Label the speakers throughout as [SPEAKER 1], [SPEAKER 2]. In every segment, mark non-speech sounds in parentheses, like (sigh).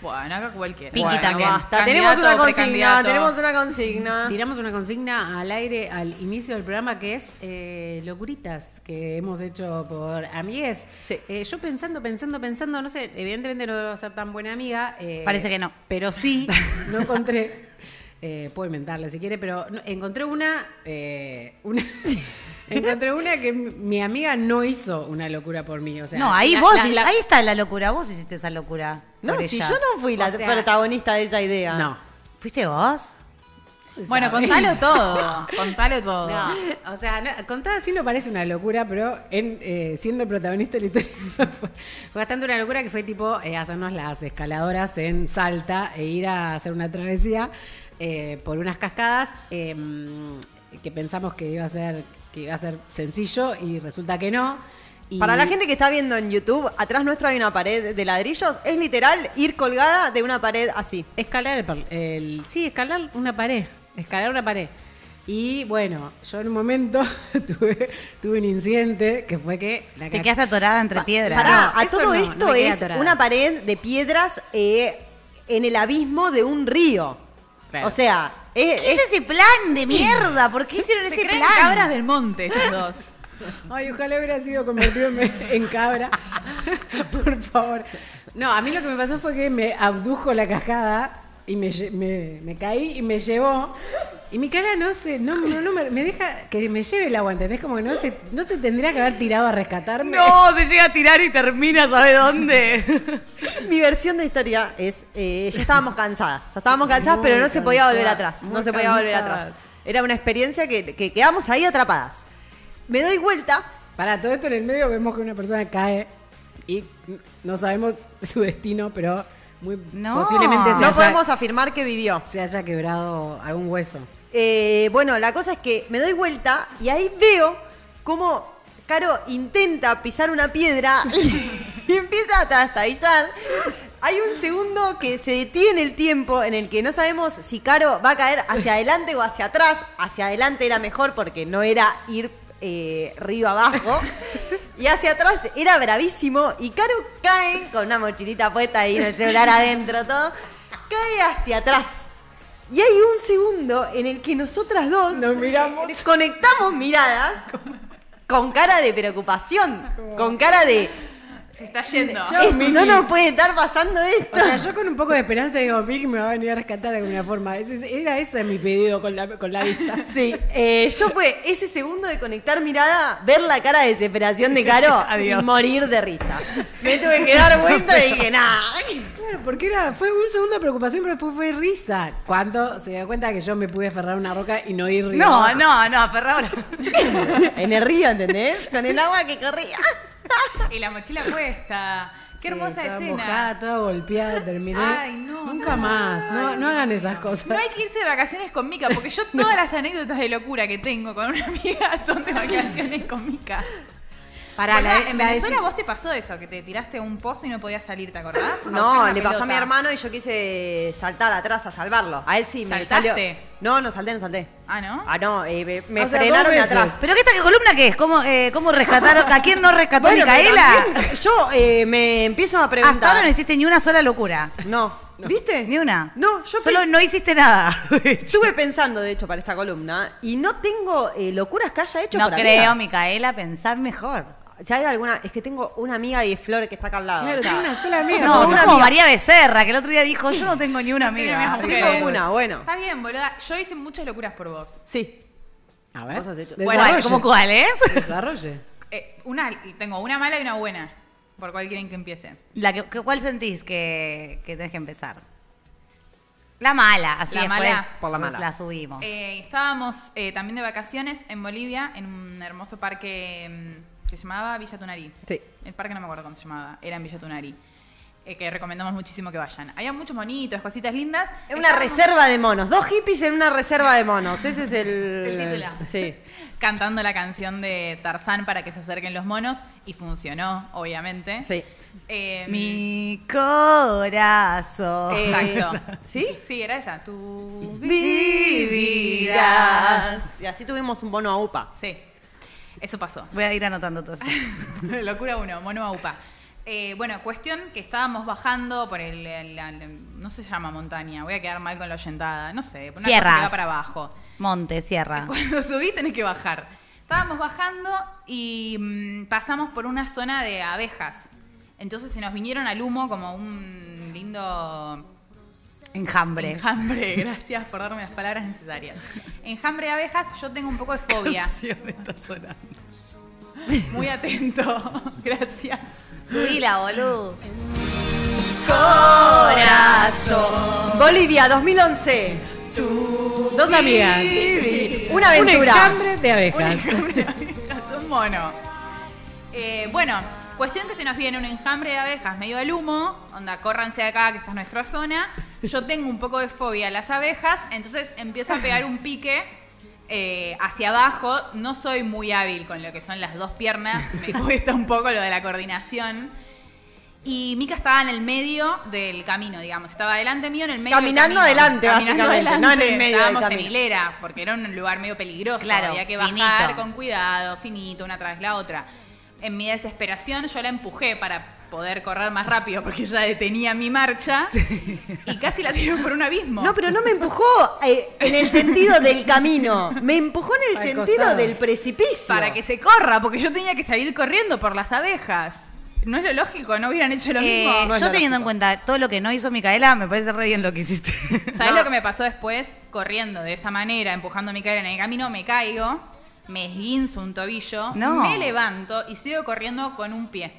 [SPEAKER 1] Bueno, acá cualquiera.
[SPEAKER 2] Pinky
[SPEAKER 1] Bueno,
[SPEAKER 2] Taker.
[SPEAKER 3] basta.
[SPEAKER 1] candidato,
[SPEAKER 3] Tenemos una consigna,
[SPEAKER 1] precandidato.
[SPEAKER 3] tenemos una consigna.
[SPEAKER 2] Tiramos una consigna al aire al inicio del programa que es eh, locuritas que hemos hecho por amigues.
[SPEAKER 3] Sí.
[SPEAKER 2] Eh, yo pensando, pensando, pensando, no sé, evidentemente no debo ser tan buena amiga. eh,
[SPEAKER 4] Parece que no.
[SPEAKER 2] Pero sí, no encontré. eh, puedo inventarla si quiere, pero no- encontré una. eh, una (laughs) encontré una que mi- mi amiga no hizo una locura por mí. O sea,
[SPEAKER 4] no, ahí
[SPEAKER 2] la-
[SPEAKER 4] vos,
[SPEAKER 2] la- la-
[SPEAKER 4] ahí está la locura. Vos hiciste esa locura.
[SPEAKER 3] No,
[SPEAKER 4] por
[SPEAKER 3] si
[SPEAKER 4] ella.
[SPEAKER 3] yo no fui
[SPEAKER 4] ah,
[SPEAKER 3] la
[SPEAKER 2] O sea-
[SPEAKER 3] protagonista de esa idea.
[SPEAKER 2] No.
[SPEAKER 4] ¿Fuiste vos?
[SPEAKER 1] Bueno, contalo todo. Contalo todo.
[SPEAKER 2] No, (laughs) o sea, no, contada así no parece una locura, pero en, eh, siendo protagonista de la historia (laughs) fue, fue bastante una locura que fue tipo eh, hacernos las escaladoras en Salta e ir a hacer una travesía eh, por unas cascadas eh, que pensamos que iba a ser que iba a ser sencillo y resulta que no. Y-
[SPEAKER 3] Para la gente que está viendo en YouTube, atrás nuestro hay una pared de ladrillos. Es literal ir colgada de una pared así.
[SPEAKER 2] Escalar el, par- el- Sí, escalar una pared. Escalar una pared. Y bueno, yo en un momento (laughs) tuve, tuve un incidente que fue que la
[SPEAKER 4] Te
[SPEAKER 2] ca-
[SPEAKER 4] quedaste atorada entre piedras.
[SPEAKER 3] Pará,
[SPEAKER 2] No,
[SPEAKER 3] a
[SPEAKER 2] eso
[SPEAKER 3] todo
[SPEAKER 2] no, no
[SPEAKER 3] esto
[SPEAKER 2] me quedé
[SPEAKER 3] es
[SPEAKER 2] atorada.
[SPEAKER 3] una pared de piedras eh, en el abismo de un río.
[SPEAKER 2] Claro.
[SPEAKER 3] O sea, es,
[SPEAKER 4] ¿Qué es
[SPEAKER 3] es-
[SPEAKER 4] ese plan de mierda? ¿Por qué hicieron
[SPEAKER 1] Se
[SPEAKER 4] ese
[SPEAKER 1] creen
[SPEAKER 4] plan?
[SPEAKER 1] cabras del monte, estos dos.
[SPEAKER 2] Ay, ojalá hubiera sido convertido en, en cabra. Por favor. No, a mí lo que me pasó fue que me abdujo la cascada y me, lle- me- me caí y me llevó. Y mi cara no se, no, no, no me, me deja que me lleve el agua, ¿entendés? Como que no, se, no te tendría que haber tirado a rescatarme.
[SPEAKER 4] se llega a tirar y
[SPEAKER 2] (laughs)
[SPEAKER 4] termina, ¿sabe dónde?
[SPEAKER 3] (laughs) mi versión de historia es, eh, ya estábamos cansadas, ya estábamos cansadas,
[SPEAKER 2] muy
[SPEAKER 3] pero no se podía volver
[SPEAKER 2] cansadas,
[SPEAKER 3] atrás, no
[SPEAKER 2] muy
[SPEAKER 3] se podía volver
[SPEAKER 2] cansadas.
[SPEAKER 3] atrás. Era una experiencia que, que quedamos ahí atrapadas. Me doy vuelta,
[SPEAKER 2] Para todo esto en el medio vemos que una persona cae y no sabemos su destino, pero muy
[SPEAKER 4] No.
[SPEAKER 2] posiblemente se,
[SPEAKER 3] no
[SPEAKER 2] haya-
[SPEAKER 3] podemos afirmar que vivió.
[SPEAKER 2] se haya quebrado algún hueso.
[SPEAKER 3] Eh, bueno, la cosa es que me doy vuelta y ahí veo cómo Caro intenta pisar una piedra (laughs) y empieza a tastallar. Hay un segundo que se detiene el tiempo en el que no sabemos si Caro va a caer hacia adelante o hacia atrás. Hacia adelante era mejor porque no era ir eh, río abajo. Y hacia atrás era bravísimo y Caro cae con una mochilita puesta y el celular adentro, todo. Cae hacia atrás. Y hay un segundo en el que nosotras dos
[SPEAKER 2] Nos miramos.
[SPEAKER 3] conectamos miradas con cara de preocupación, con cara de
[SPEAKER 1] Se está yendo.
[SPEAKER 2] Chao,
[SPEAKER 3] "Eh,
[SPEAKER 2] Miki".
[SPEAKER 3] no nos puede estar pasando esto.
[SPEAKER 2] O sea, yo con un poco de esperanza digo, Vicky me va a venir a rescatar de alguna forma. Ese- era ese mi pedido con la, con la vista.
[SPEAKER 3] Sí, eh, yo fue ese segundo de conectar mirada, ver la cara de desesperación de Caro
[SPEAKER 2] (laughs)
[SPEAKER 3] y morir de risa. Me tuve que dar vuelta y dije, nada.
[SPEAKER 2] Claro, porque era, fue un segundo de preocupación, pero después fue risa. Cuando se dio cuenta que yo me pude aferrar a una roca y no ir río
[SPEAKER 4] No,
[SPEAKER 2] abajo.
[SPEAKER 4] no, no, perra.
[SPEAKER 3] En el río, ¿entendés? Con el agua que corría.
[SPEAKER 1] Y la mochila puesta. Qué
[SPEAKER 2] Sí,
[SPEAKER 1] hermosa
[SPEAKER 2] estaba
[SPEAKER 1] escena.
[SPEAKER 2] mojada, toda golpeada, terminé.
[SPEAKER 1] Ay, no, no,
[SPEAKER 2] Nunca más. No, no hagan esas cosas.
[SPEAKER 1] No hay que irse de vacaciones con Mica, porque yo todas las anécdotas de locura que tengo con una amiga (laughs) son de vacaciones con Mica.
[SPEAKER 2] Para
[SPEAKER 1] Bueno,
[SPEAKER 2] la-
[SPEAKER 1] en
[SPEAKER 2] la
[SPEAKER 1] Venezuela
[SPEAKER 2] decis-
[SPEAKER 1] vos te pasó eso, que te tiraste a un pozo y no podías salir, ¿te acordás?
[SPEAKER 3] No,
[SPEAKER 1] Una
[SPEAKER 3] le pasó a mi
[SPEAKER 1] pelota.
[SPEAKER 3] hermano y yo quise saltar atrás a salvarlo. A él sí me
[SPEAKER 1] ¿Saltaste?
[SPEAKER 3] salió- No, no salté, no salté.
[SPEAKER 1] Ah, ¿no?
[SPEAKER 3] Ah, no, eh, me, me
[SPEAKER 2] O sea,
[SPEAKER 3] frenaron
[SPEAKER 2] dos
[SPEAKER 3] de
[SPEAKER 2] veces.
[SPEAKER 3] atrás.
[SPEAKER 4] ¿Pero qué esta qué columna qué es? ¿Cómo, eh, cómo rescataron? ¿A quién no rescató
[SPEAKER 3] Bueno, pero
[SPEAKER 4] Micaela?
[SPEAKER 3] también Yo eh, me empiezo a preguntar.
[SPEAKER 4] Hasta ahora no hiciste ni una sola locura.
[SPEAKER 3] No. ¿Viste?
[SPEAKER 4] Ni una.
[SPEAKER 3] No, yo
[SPEAKER 4] Solo
[SPEAKER 3] pens-
[SPEAKER 4] no hiciste nada.
[SPEAKER 3] estuve pensando, de hecho, para esta columna y no tengo eh, locuras que haya
[SPEAKER 4] (laughs)
[SPEAKER 3] hecho
[SPEAKER 4] No
[SPEAKER 3] por
[SPEAKER 4] creo,
[SPEAKER 3] amigas.
[SPEAKER 4] Micaela, pensar mejor.
[SPEAKER 3] Ya hay alguna. Es que tengo una amiga y es Flor que está acá al lado.
[SPEAKER 2] Claro,
[SPEAKER 3] o sea,
[SPEAKER 2] tengo una sola amiga.
[SPEAKER 4] No,
[SPEAKER 2] pero
[SPEAKER 4] sos
[SPEAKER 2] una
[SPEAKER 4] como
[SPEAKER 2] amiga-
[SPEAKER 4] María Becerra, que el otro día dijo, yo no tengo ni una
[SPEAKER 1] tengo ni
[SPEAKER 4] amiga.
[SPEAKER 1] una
[SPEAKER 3] tengo
[SPEAKER 1] mujeres.
[SPEAKER 3] una, bueno.
[SPEAKER 1] Está bien, boluda. Yo hice muchas locuras por vos.
[SPEAKER 3] Sí.
[SPEAKER 2] A ver.
[SPEAKER 3] Vos has hecho-
[SPEAKER 4] Bueno,
[SPEAKER 2] desarrolle,
[SPEAKER 4] ¿cómo cuál es? (laughs)
[SPEAKER 2] Desarrolle.
[SPEAKER 1] Eh, una, tengo una mala y una buena. ¿Por cuál quieren que empiece?
[SPEAKER 4] La que, que- ¿Cuál sentís que, que tenés que empezar? La mala, así
[SPEAKER 1] La
[SPEAKER 4] después
[SPEAKER 1] mala.
[SPEAKER 3] Por la mala.
[SPEAKER 4] La subimos.
[SPEAKER 1] Eh, estábamos eh, también de vacaciones en Bolivia, en un hermoso parque mm, que se llamaba Villa Tunari.
[SPEAKER 3] Sí.
[SPEAKER 1] El parque no me acuerdo cómo se llamaba, era en Villa Tunari. eh, que recomendamos muchísimo que vayan. Había muchos monitos, cositas lindas.
[SPEAKER 3] En una
[SPEAKER 1] Estábamos
[SPEAKER 3] reserva de monos. Dos hippies en una reserva de monos. Ese es el.
[SPEAKER 4] El titular.
[SPEAKER 3] Sí.
[SPEAKER 1] Cantando la canción de Tarzán para que se acerquen los monos y funcionó, obviamente.
[SPEAKER 3] Sí.
[SPEAKER 1] Eh,
[SPEAKER 4] Mi corazón. (laughs)
[SPEAKER 3] (laughs)
[SPEAKER 1] Exacto.
[SPEAKER 3] ¿Sí?
[SPEAKER 1] Sí, era esa. Tu
[SPEAKER 4] Vivirás.
[SPEAKER 3] Y así tuvimos un bono a UPA.
[SPEAKER 1] Sí. Eso pasó.
[SPEAKER 4] Voy a ir anotando todo eso.
[SPEAKER 1] (laughs) Locura uno, mono a upa. Eh, bueno, cuestión que estábamos bajando por el, el- el- no se llama montaña, voy a quedar mal con la oyentada, no sé, por una cosa que
[SPEAKER 4] Sierras. Ah.
[SPEAKER 1] va para abajo.
[SPEAKER 4] Monte, sierra.
[SPEAKER 1] Cuando subí tenés que bajar. Estábamos bajando y mm, pasamos por una zona de abejas. Entonces se nos vinieron al humo como un lindo
[SPEAKER 4] Enjambre.
[SPEAKER 1] enjambre. (laughs) Gracias por darme las palabras necesarias. Enjambre de abejas, yo tengo un poco de
[SPEAKER 2] (laughs)
[SPEAKER 1] fobia. Muy atento. (laughs) Gracias.
[SPEAKER 4] Subila, boludo.
[SPEAKER 3] Corazón. Bolivia, 2011.
[SPEAKER 2] Dos amigas.
[SPEAKER 3] Una
[SPEAKER 2] Un
[SPEAKER 3] aventura.
[SPEAKER 2] enjambre de
[SPEAKER 1] Un
[SPEAKER 2] abejas.
[SPEAKER 1] enjambre de (laughs) abejas, un mono. Eh, bueno, cuestión que se nos viene un enjambre de abejas medio al humo. Onda, córranse de acá, que esta es nuestra zona. Yo tengo un poco de fobia a las abejas, entonces empiezo a pegar un pique. eh, hacia abajo, no soy muy hábil con lo que son las dos piernas,
[SPEAKER 3] (laughs)
[SPEAKER 1] me cuesta un poco lo de la coordinación. Y Mika estaba en el medio del camino, digamos, estaba delante mío en el medio. del
[SPEAKER 3] Caminando
[SPEAKER 1] camino.
[SPEAKER 3] adelante, básicamente, no en el medio del
[SPEAKER 1] Estábamos en
[SPEAKER 3] camino.
[SPEAKER 1] hilera, porque era un lugar medio peligroso.
[SPEAKER 4] Claro,
[SPEAKER 1] había que
[SPEAKER 4] finito.
[SPEAKER 1] bajar con cuidado, finito, una tras la otra. En mi desesperación yo la empujé para poder correr más rápido porque ya detenía mi marcha y casi la tiró por un abismo.
[SPEAKER 3] No, pero no me empujó eh, en el sentido del camino. Me empujó en el
[SPEAKER 2] Al
[SPEAKER 3] sentido
[SPEAKER 2] costado.
[SPEAKER 3] del precipicio.
[SPEAKER 1] Para que se corra, porque yo tenía que salir corriendo por las abejas. No es lo lógico, no hubieran hecho lo
[SPEAKER 4] Eh,
[SPEAKER 1] mismo.
[SPEAKER 4] yo teniendo en cuenta todo lo que no hizo Micaela, me parece re bien lo que hiciste. (laughs)
[SPEAKER 1] ¿Sabes
[SPEAKER 3] No.
[SPEAKER 1] lo que me pasó después? Corriendo de esa manera, empujando a mi cadera en el camino, me caigo, me esguinzo un tobillo,
[SPEAKER 4] No.
[SPEAKER 1] me levanto y sigo corriendo con un pie,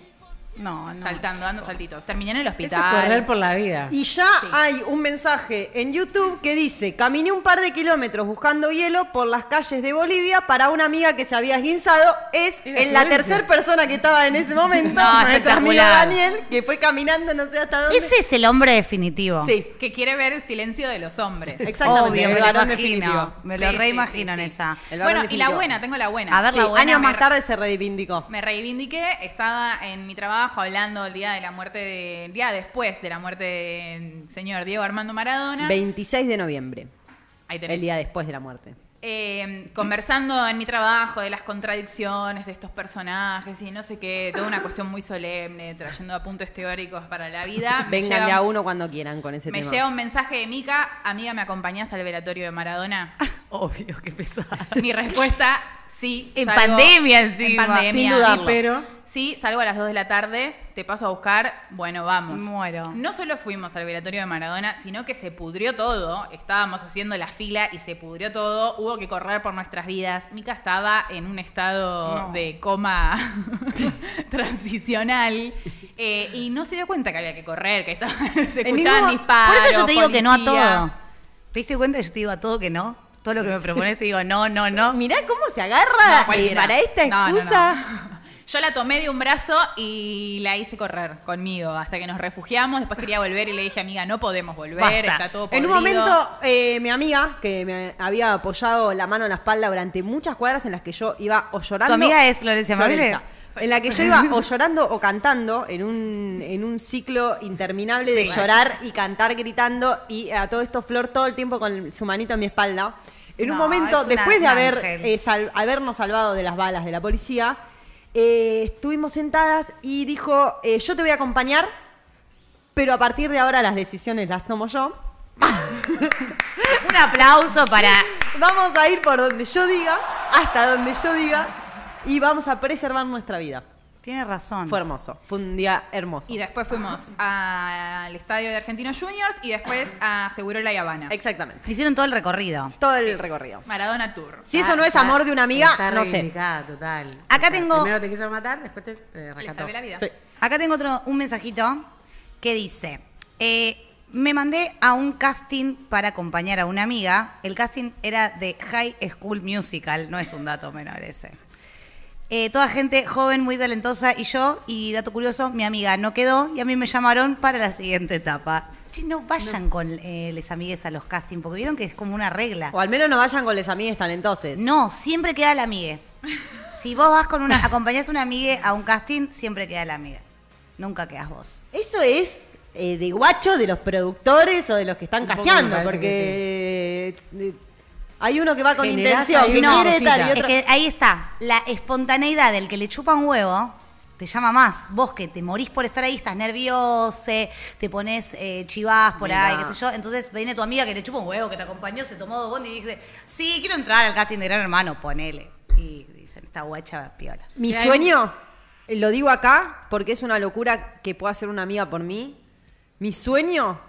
[SPEAKER 4] No, no.
[SPEAKER 1] saltando, dando saltitos. Terminé en el
[SPEAKER 2] Eso es correr
[SPEAKER 1] hospital.
[SPEAKER 2] por la vida.
[SPEAKER 3] Y ya hay un mensaje en YouTube que dice, caminé un par de kilómetros buscando hielo por las calles de Bolivia para una amiga que se había esguinzado. Es
[SPEAKER 2] Era
[SPEAKER 3] en la
[SPEAKER 2] Florencia.
[SPEAKER 3] tercera persona que estaba en ese momento,
[SPEAKER 4] No,
[SPEAKER 3] nuestra amiga
[SPEAKER 4] espectacular.
[SPEAKER 3] Daniel, que fue caminando no sé hasta dónde.
[SPEAKER 4] Ese es el hombre definitivo.
[SPEAKER 3] Sí,
[SPEAKER 1] Que quiere ver el silencio de los hombres.
[SPEAKER 3] exactamente.
[SPEAKER 4] Obvio, me
[SPEAKER 3] el
[SPEAKER 4] lo
[SPEAKER 3] varón
[SPEAKER 4] imagino.
[SPEAKER 3] definitivo.
[SPEAKER 4] (laughs) Me lo
[SPEAKER 1] Sí,
[SPEAKER 4] reimagino
[SPEAKER 1] sí, sí,
[SPEAKER 4] en
[SPEAKER 1] sí.
[SPEAKER 4] esa.
[SPEAKER 3] El varón
[SPEAKER 1] Bueno, y la
[SPEAKER 3] definitivo.
[SPEAKER 1] buena, tengo la buena.
[SPEAKER 4] A ver,
[SPEAKER 3] Sí,
[SPEAKER 4] la buena
[SPEAKER 3] años
[SPEAKER 4] me
[SPEAKER 3] más
[SPEAKER 4] re-
[SPEAKER 3] tarde se reivindicó.
[SPEAKER 1] Me reivindiqué, estaba en mi trabajo hablando el día de la muerte, de, el día después de la muerte del señor Diego Armando Maradona.
[SPEAKER 3] 26 de noviembre,
[SPEAKER 1] Ahí tenés.
[SPEAKER 3] el día después de la muerte.
[SPEAKER 1] Eh, conversando en mi trabajo de las contradicciones de estos personajes y no sé qué, toda una cuestión muy solemne, trayendo apuntes teóricos para la vida. Me
[SPEAKER 3] Vengan de
[SPEAKER 1] llega-
[SPEAKER 3] a uno cuando quieran con ese
[SPEAKER 1] Me
[SPEAKER 3] tema.
[SPEAKER 1] llega un mensaje de Mica, amiga, ¿me acompañás al velatorio de Maradona?
[SPEAKER 4] (laughs) Obvio, qué pesado.
[SPEAKER 1] Mi respuesta, sí.
[SPEAKER 4] En pandemia
[SPEAKER 1] En
[SPEAKER 4] encima,
[SPEAKER 1] pandemia.
[SPEAKER 3] sin dudarlo.
[SPEAKER 2] Pero
[SPEAKER 1] Sí, salgo a las 2 de la tarde, te paso a buscar, bueno, vamos.
[SPEAKER 4] Muero.
[SPEAKER 1] No solo fuimos al velatorio de Maradona, sino que se pudrió todo. Estábamos haciendo la fila y se pudrió todo. Hubo que correr por nuestras vidas. Mika estaba en un estado
[SPEAKER 4] No.
[SPEAKER 1] de coma (laughs) transicional eh, y no se dio cuenta que había que correr, que estaba, (laughs) se
[SPEAKER 3] En
[SPEAKER 1] escuchaban
[SPEAKER 3] ningún-
[SPEAKER 1] disparos.
[SPEAKER 4] Por eso yo te digo que no a
[SPEAKER 1] policía.
[SPEAKER 4] todo. ¿Te diste cuenta que yo te digo a todo que no? Todo lo que me propones te digo no, no, (laughs) no.
[SPEAKER 3] Mirá cómo se agarra
[SPEAKER 1] No, cualquiera.
[SPEAKER 3] eh, para esta
[SPEAKER 1] No, no,
[SPEAKER 3] excusa.
[SPEAKER 1] no. (laughs) Yo la tomé de un brazo y la hice correr conmigo hasta que nos refugiamos. Después quería volver y le dije, amiga, no podemos volver,
[SPEAKER 4] Basta.
[SPEAKER 1] está todo
[SPEAKER 3] En
[SPEAKER 1] podrido.
[SPEAKER 3] un momento, eh, mi amiga, que me había apoyado la mano en la espalda durante muchas cuadras en las que yo iba o llorando.
[SPEAKER 4] Tu amiga es Florencia Mabile.
[SPEAKER 3] Florencia, En la que yo iba o llorando o cantando en un, en un ciclo interminable de
[SPEAKER 1] Sí.
[SPEAKER 3] llorar y cantar gritando y a todo esto Flor todo el tiempo con su manito en mi espalda. En un
[SPEAKER 4] No,
[SPEAKER 3] momento,
[SPEAKER 4] es una-
[SPEAKER 3] después de
[SPEAKER 4] un
[SPEAKER 3] haber,
[SPEAKER 4] ángel.
[SPEAKER 3] eh, sal- habernos salvado de las balas de la policía, eh, estuvimos sentadas y dijo, eh, yo te voy a acompañar, pero a partir de ahora las decisiones las tomo yo.
[SPEAKER 4] Un aplauso para.
[SPEAKER 3] Vamos a ir por donde yo diga, hasta donde yo diga, y vamos a preservar nuestra vida.
[SPEAKER 4] Tiene razón.
[SPEAKER 3] Fue hermoso, fue un día hermoso.
[SPEAKER 1] Y después fuimos al estadio de Argentinos Juniors y después a Seguro La Habana.
[SPEAKER 3] Exactamente.
[SPEAKER 4] Hicieron todo el recorrido.
[SPEAKER 3] Todo el recorrido.
[SPEAKER 1] Maradona Tour.
[SPEAKER 3] Si eso no es amor de una amiga,
[SPEAKER 2] Está
[SPEAKER 3] no sé.
[SPEAKER 2] reivindicada, total.
[SPEAKER 4] Acá
[SPEAKER 2] O sea,
[SPEAKER 4] tengo-
[SPEAKER 2] Primero te quiso matar, después te eh,
[SPEAKER 1] Le
[SPEAKER 2] rescató.
[SPEAKER 1] salvé la vida.
[SPEAKER 3] Sí.
[SPEAKER 4] Acá tengo otro, un mensajito que dice: eh, Me mandé a un casting para acompañar a una amiga. El casting era de High School Musical, no es un dato menor ese. Eh, toda gente joven, muy talentosa, y yo, y dato curioso, mi amiga no quedó, y a mí me llamaron para la siguiente etapa. Che, no vayan con eh, les amigues a los castings, porque vieron que es como una regla.
[SPEAKER 3] O al menos no vayan con les amigues talentosos.
[SPEAKER 4] No, siempre queda la amiga. Si vos vas con una, acompañás a una amiga a un casting, siempre queda la amiga. Nunca quedas vos.
[SPEAKER 3] Eso es eh, de guacho de los productores o de los que están
[SPEAKER 2] Un poco
[SPEAKER 3] casteando,
[SPEAKER 2] me parece
[SPEAKER 3] porque eh, hay uno que va con
[SPEAKER 2] Generás
[SPEAKER 3] intención,
[SPEAKER 2] ahí
[SPEAKER 3] que
[SPEAKER 2] una
[SPEAKER 3] quiere tal y
[SPEAKER 2] cosita.
[SPEAKER 3] otro.
[SPEAKER 4] Es que ahí está, la espontaneidad del que le chupa un huevo te llama más. Vos que te morís por estar ahí, estás nervioso, te pones eh, chivás por
[SPEAKER 3] Mirá.
[SPEAKER 4] ahí, qué sé yo. Entonces viene tu amiga que le chupa un huevo, que te acompañó, se tomó dos bondi y dice, sí, quiero entrar al casting de Gran Hermano, ponele. Y dicen, esta guacha piola.
[SPEAKER 3] Mi
[SPEAKER 2] Sí, hay
[SPEAKER 3] sueño, eh, lo digo acá porque es una locura que pueda hacer una amiga por mí. Mi sueño,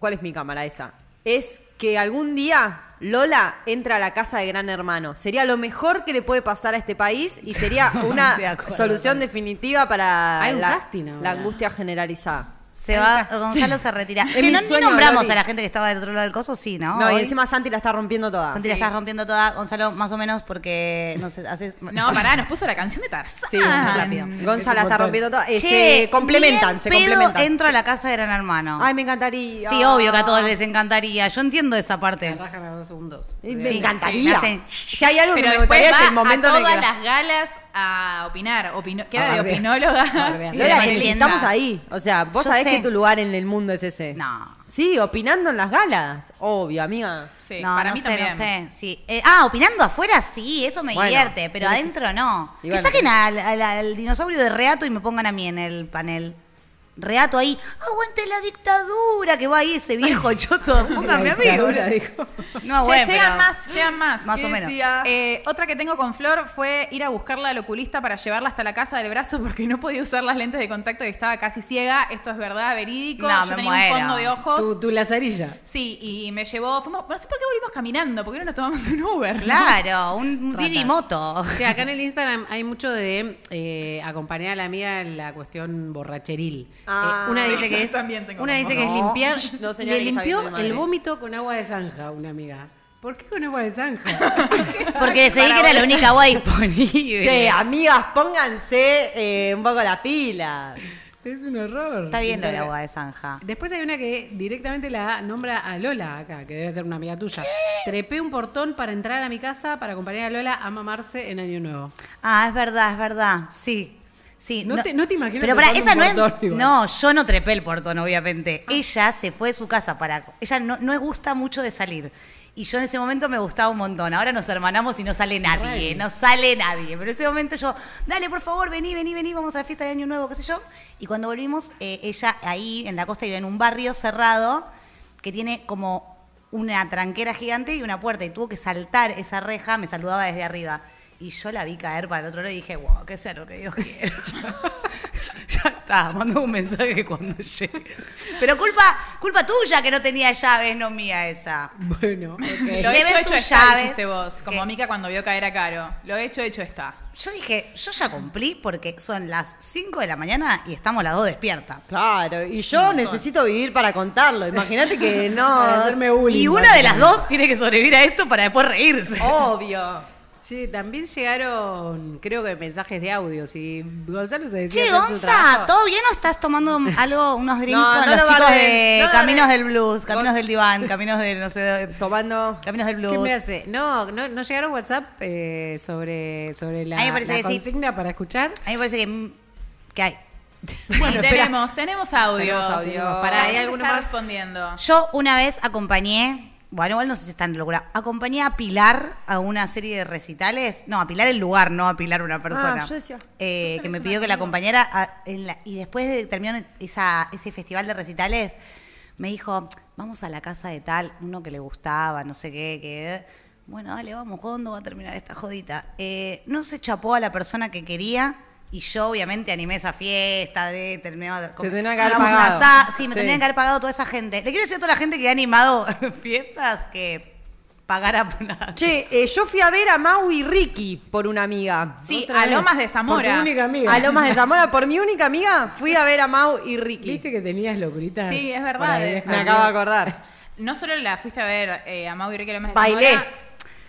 [SPEAKER 3] ¿cuál es mi cámara esa? Es que algún día Lola entre a la casa de Gran Hermano. Sería lo mejor que le puede pasar a este país
[SPEAKER 4] (laughs)
[SPEAKER 3] y sería una
[SPEAKER 4] De acuerdo.
[SPEAKER 3] solución definitiva para
[SPEAKER 2] Hay un
[SPEAKER 3] la,
[SPEAKER 2] casting ahora.
[SPEAKER 3] la angustia generalizada.
[SPEAKER 4] Se va, Gonzalo se retira.
[SPEAKER 3] Es
[SPEAKER 4] Che,
[SPEAKER 3] mi
[SPEAKER 4] no, ni
[SPEAKER 3] sueño,
[SPEAKER 4] nombramos
[SPEAKER 3] Loli.
[SPEAKER 4] a la gente que estaba del otro lado del coso, sí, ¿no?
[SPEAKER 3] No, y
[SPEAKER 4] Ah, Hoy.
[SPEAKER 3] encima Santi la está rompiendo toda.
[SPEAKER 4] Santi la estás rompiendo toda, Gonzalo, más o menos, porque no sé, haces. (laughs)
[SPEAKER 1] No, pará, nos puso la canción de Tarzán.
[SPEAKER 3] Sí,
[SPEAKER 1] rápido.
[SPEAKER 3] Gonza la está rompiendo toda. Eh,
[SPEAKER 4] Che,
[SPEAKER 3] se complementan,
[SPEAKER 4] ni
[SPEAKER 3] se
[SPEAKER 4] en pedo
[SPEAKER 3] complementan.
[SPEAKER 4] entro a la casa de Gran Hermano.
[SPEAKER 3] Ay, me encantaría.
[SPEAKER 4] sí, obvio que a todos les encantaría. Yo entiendo esa
[SPEAKER 2] Te
[SPEAKER 4] parte.
[SPEAKER 2] rajan a dos segundos.
[SPEAKER 3] Eh, Me
[SPEAKER 4] Sí, sí,
[SPEAKER 3] encantaría.
[SPEAKER 4] nacen.
[SPEAKER 3] Si hay algo que
[SPEAKER 1] Pero
[SPEAKER 3] me
[SPEAKER 1] después
[SPEAKER 3] gustaría es
[SPEAKER 1] va
[SPEAKER 3] el momento
[SPEAKER 1] a
[SPEAKER 3] en el
[SPEAKER 1] todas
[SPEAKER 3] que
[SPEAKER 1] las galas a opinar. Opino- queda
[SPEAKER 2] A
[SPEAKER 1] de
[SPEAKER 2] bardear.
[SPEAKER 1] opinóloga. (laughs)
[SPEAKER 2] Bardear.
[SPEAKER 1] y de
[SPEAKER 3] Lola,
[SPEAKER 4] Lola,
[SPEAKER 1] presidenta.
[SPEAKER 4] entienda.
[SPEAKER 3] estamos ahí. O sea, vos
[SPEAKER 4] Yo
[SPEAKER 3] sabés
[SPEAKER 4] sé.
[SPEAKER 3] que tu lugar en el mundo es ese.
[SPEAKER 4] No.
[SPEAKER 3] Sí, opinando en las galas. Obvio, amiga.
[SPEAKER 1] Sí,
[SPEAKER 4] no,
[SPEAKER 1] para
[SPEAKER 4] no
[SPEAKER 1] mí
[SPEAKER 4] sé,
[SPEAKER 1] también.
[SPEAKER 4] no sé. Sí. Eh, ah, opinando afuera sí, eso me
[SPEAKER 3] Bueno.
[SPEAKER 4] divierte, pero adentro no.
[SPEAKER 3] Y
[SPEAKER 4] Que
[SPEAKER 3] bueno,
[SPEAKER 4] saquen
[SPEAKER 3] pero-
[SPEAKER 4] al, al- al dinosaurio de Reato y me pongan a mí en el panel. Reato ahí, aguante la dictadura, que va ahí ese viejo choto. Póngame a mí.
[SPEAKER 2] Dictadura,
[SPEAKER 4] boludo.
[SPEAKER 2] dijo.
[SPEAKER 4] No,
[SPEAKER 1] Che, llegan
[SPEAKER 4] bueno. pero-
[SPEAKER 1] más, llegan más.
[SPEAKER 4] Más o
[SPEAKER 1] Sí,
[SPEAKER 4] menos.
[SPEAKER 1] sí, ah. Eh, otra que tengo con Flor fue ir a buscarla al oculista para llevarla hasta la casa del brazo porque no podía usar las lentes de contacto y estaba casi ciega. Esto es verdad, verídico.
[SPEAKER 4] No,
[SPEAKER 1] Yo
[SPEAKER 4] me
[SPEAKER 1] tenía
[SPEAKER 4] muero.
[SPEAKER 1] un fondo de ojos.
[SPEAKER 2] Tu, tu lazarilla.
[SPEAKER 1] Sí, y me llevó. Fuimos, no sé por qué volvimos caminando, porque no nos tomamos un Uber. ¿no?
[SPEAKER 4] Claro, un un
[SPEAKER 2] Ratas.
[SPEAKER 4] Didi Moto.
[SPEAKER 2] O sea, acá en el Instagram hay mucho de eh, acompañar a la amiga en la cuestión borracheril. Eh,
[SPEAKER 3] Ah,
[SPEAKER 2] una dice que es,
[SPEAKER 1] eso también tengo
[SPEAKER 2] una
[SPEAKER 1] que
[SPEAKER 2] dice que es
[SPEAKER 3] No.
[SPEAKER 2] limpiar.
[SPEAKER 3] No, señora,
[SPEAKER 2] le
[SPEAKER 3] que está bien,
[SPEAKER 2] limpió
[SPEAKER 3] mi madre.
[SPEAKER 2] el vómito con agua de zanja, una amiga. ¿Por qué con agua de zanja?
[SPEAKER 4] (laughs) Porque decidí que era la única agua disponible.
[SPEAKER 3] Che, amigas, pónganse eh, un poco la pila.
[SPEAKER 2] es un horror.
[SPEAKER 4] Está bien lo del agua de zanja.
[SPEAKER 2] Después hay una que directamente la nombra a Lola acá, que debe ser una amiga tuya. Trepé un portón para entrar a mi casa para acompañar a Lola a mamarse en
[SPEAKER 4] (laughs)
[SPEAKER 2] Año Nuevo.
[SPEAKER 4] Ah, es verdad, es verdad. Sí. Sí,
[SPEAKER 2] No te- no te imagino
[SPEAKER 4] Pero para
[SPEAKER 2] trepando
[SPEAKER 4] esa
[SPEAKER 2] un
[SPEAKER 4] no es.
[SPEAKER 2] portón igual.
[SPEAKER 4] No, yo no trepé el portón, obviamente. Ella se fue de su casa para. Ella no, no gusta mucho de salir. Y yo en ese momento me gustaba un montón. Ahora nos hermanamos y no sale nadie.
[SPEAKER 2] Bueno.
[SPEAKER 4] No sale nadie. Pero en ese momento yo, dale, por favor, vení, vení, vení, vamos a la fiesta de Año Nuevo, qué sé yo. Y cuando volvimos, eh, ella ahí en la costa vive en un barrio cerrado que tiene como una tranquera gigante y una puerta. Y tuvo que saltar esa reja, me saludaba desde arriba. Y yo la vi caer para el otro lado y dije, wow, que sea lo que Dios quiera. (laughs) ya está, mandó un mensaje cuando llegue. Pero culpa, culpa tuya que no tenía llaves, no mía esa.
[SPEAKER 2] Bueno, ok.
[SPEAKER 1] Lo
[SPEAKER 4] Lleve
[SPEAKER 1] hecho,
[SPEAKER 4] sus
[SPEAKER 1] hecho está,
[SPEAKER 4] llaves.
[SPEAKER 1] dijiste vos, como
[SPEAKER 4] ¿Qué?
[SPEAKER 1] Mica cuando vio caer a Caro. Lo hecho, hecho está.
[SPEAKER 4] Yo dije, yo ya cumplí porque son las 5 de la mañana y estamos las dos despiertas.
[SPEAKER 3] Claro, y yo necesito vivir para contarlo. Imagínate que
[SPEAKER 2] Para
[SPEAKER 3] no.
[SPEAKER 2] hacerme bullying.
[SPEAKER 4] Y una de las dos tiene que sobrevivir a esto para después reírse.
[SPEAKER 2] Oh,
[SPEAKER 3] Obvio.
[SPEAKER 2] Che, también llegaron, creo que mensajes de audio. Si Gonzalo se decía.
[SPEAKER 4] (laughs) Che,
[SPEAKER 2] hacer su
[SPEAKER 4] Gonza,
[SPEAKER 2] trabajo.
[SPEAKER 4] ¿todo bien o estás tomando
[SPEAKER 2] (laughs)
[SPEAKER 4] algo, unos drinks
[SPEAKER 3] No,
[SPEAKER 4] con
[SPEAKER 3] no
[SPEAKER 4] los
[SPEAKER 3] lo
[SPEAKER 4] chicos
[SPEAKER 3] barré,
[SPEAKER 4] de
[SPEAKER 3] no lo
[SPEAKER 4] Caminos
[SPEAKER 3] barré.
[SPEAKER 4] del Blues, Caminos del Diván, Caminos del, no sé, de-
[SPEAKER 3] Tomando.
[SPEAKER 4] Caminos del Blues?
[SPEAKER 2] (laughs) ¿Qué me hace? No, no, no llegaron WhatsApp eh, sobre, sobre la,
[SPEAKER 4] A mí me parece
[SPEAKER 2] la
[SPEAKER 4] que sí.
[SPEAKER 2] consigna para escuchar.
[SPEAKER 4] A mí me parece que, mm, que
[SPEAKER 2] (laughs)
[SPEAKER 4] hay. (laughs)
[SPEAKER 1] y
[SPEAKER 3] espera.
[SPEAKER 1] tenemos, tenemos audios.
[SPEAKER 3] Tenemos audios.
[SPEAKER 1] Para
[SPEAKER 2] ¿Hay
[SPEAKER 1] ahí alguno
[SPEAKER 2] alguno
[SPEAKER 1] está
[SPEAKER 2] más?
[SPEAKER 1] respondiendo.
[SPEAKER 4] Yo una vez acompañé, bueno, igual no sé si es tan locura, acompañé a Pilar a una serie de recitales, no, a Pilar el lugar, no a Pilar una persona.
[SPEAKER 3] Ah, yo decía.
[SPEAKER 4] Eh, que me pidió que la acompañara a- en la- y después de terminar esa, ese festival de recitales, me dijo, vamos a la casa de tal, uno que le gustaba, no sé qué, que... Bueno, dale, vamos, ¿cuándo va a terminar esta jodita? Eh, no se chapó a la persona que quería y yo obviamente animé esa fiesta de terminar...
[SPEAKER 3] Te tenía que haber
[SPEAKER 4] hagamos un
[SPEAKER 3] pagado.
[SPEAKER 4] asado. Sí, me
[SPEAKER 3] Sí.
[SPEAKER 4] tenía que haber pagado toda esa gente. Le quiero decir a toda la gente que ha animado (laughs) fiestas que pagara por nada.
[SPEAKER 3] Che, eh, yo fui a ver a Maui y Ricky por una amiga.
[SPEAKER 1] Sí,
[SPEAKER 2] Otra
[SPEAKER 1] a
[SPEAKER 2] vez,
[SPEAKER 1] Lomas de
[SPEAKER 2] Por tu
[SPEAKER 1] Zamora.
[SPEAKER 2] única amiga.
[SPEAKER 3] A Lomas de Zamora, por mi única amiga, fui a ver a Mau y Ricky.
[SPEAKER 2] Viste que tenías locuritas.
[SPEAKER 1] Sí, es verdad
[SPEAKER 2] por ahí,
[SPEAKER 1] eso.
[SPEAKER 3] Me
[SPEAKER 2] escondidas.
[SPEAKER 3] acabo de acordar.
[SPEAKER 1] No solo la fuiste a ver eh, a Mau y Ricky Lomas de
[SPEAKER 3] Bailé.
[SPEAKER 1] Zamora,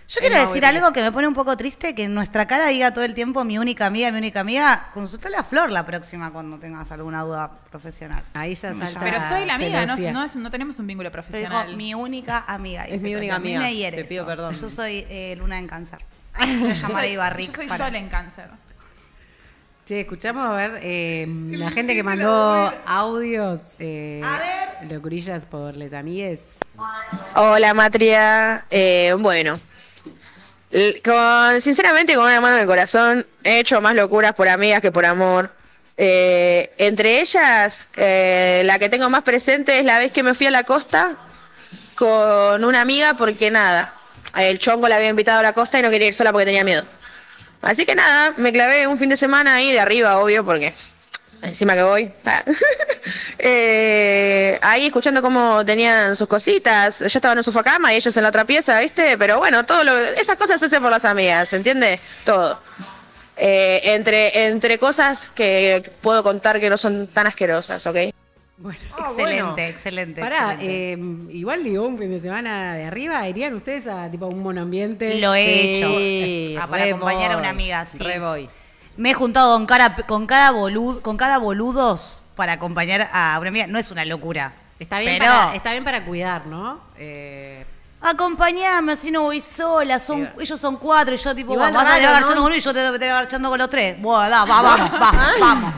[SPEAKER 4] Yo quiero
[SPEAKER 3] Es
[SPEAKER 4] decir
[SPEAKER 3] Mauri.
[SPEAKER 4] algo que me pone un poco triste, que en nuestra cara diga todo el tiempo mi única amiga, mi única amiga. Consultale a Flor la próxima cuando tengas alguna duda profesional.
[SPEAKER 2] Ahí ya salta.
[SPEAKER 1] Pero soy la amiga, no,
[SPEAKER 2] celosía.
[SPEAKER 1] no es- no tenemos un vínculo
[SPEAKER 4] Pero dijo,
[SPEAKER 1] profesional.
[SPEAKER 4] mi única amiga. dice
[SPEAKER 3] Es mi
[SPEAKER 4] Tati.
[SPEAKER 3] única
[SPEAKER 4] A mí
[SPEAKER 3] amiga.
[SPEAKER 4] me hiere
[SPEAKER 3] Te pido
[SPEAKER 4] eso.
[SPEAKER 3] perdón.
[SPEAKER 4] Yo soy eh, luna en (laughs) cáncer. Voy a llamar a Ibarric
[SPEAKER 1] yo soy
[SPEAKER 4] para-
[SPEAKER 1] sola en cáncer.
[SPEAKER 2] Che, escuchamos a ver eh, la gente que mandó audios. Eh, Locurillas por les amigues.
[SPEAKER 5] Hola, Matria. Eh, bueno, l- con, sinceramente, con una mano en el corazón, he hecho más locuras por amigas que por amor. Eh, entre ellas, eh, la que tengo más presente es la vez que me fui a la costa con una amiga porque nada, el chongo la había invitado a la costa y no quería ir sola porque tenía miedo. Así que nada, me clavé un fin de semana ahí de arriba, obvio, porque encima que voy. ah. (laughs) Eh, ahí escuchando cómo tenían sus cositas. Yo estaba en su facama y ellos en la otra pieza, ¿viste? Pero bueno, todo lo- esas cosas se hacen por las amigas, ¿se entiende? Todo. Eh, entre, entre cosas que puedo contar que no son tan asquerosas, ¿ok?
[SPEAKER 2] Ah, Bueno,
[SPEAKER 4] Excelente, excelente,
[SPEAKER 2] Pará,
[SPEAKER 4] excelente.
[SPEAKER 2] eh, igual digo, un fin de semana de arriba, ¿irían ustedes a tipo un monoambiente?
[SPEAKER 4] Lo he
[SPEAKER 6] Sí,
[SPEAKER 4] hecho. Ah, para
[SPEAKER 6] re
[SPEAKER 4] acompañar a
[SPEAKER 6] voy,
[SPEAKER 4] una amiga, sí.
[SPEAKER 6] Re voy.
[SPEAKER 4] Me he juntado con, cara, con, cada bolud, con cada boludos para acompañar a una amiga. No es una locura.
[SPEAKER 6] Está bien,
[SPEAKER 4] pero
[SPEAKER 6] para, está bien para cuidar, ¿no? Eh,
[SPEAKER 4] Acompañame, así no voy sola. Son, ellos son cuatro y yo, tipo,
[SPEAKER 6] Igual
[SPEAKER 4] vas a
[SPEAKER 6] raro,
[SPEAKER 4] estar
[SPEAKER 6] ¿no?
[SPEAKER 4] agachando con uno y yo te voy a estar agachando con los tres. Bueno, da, va, vamos, va, vamos.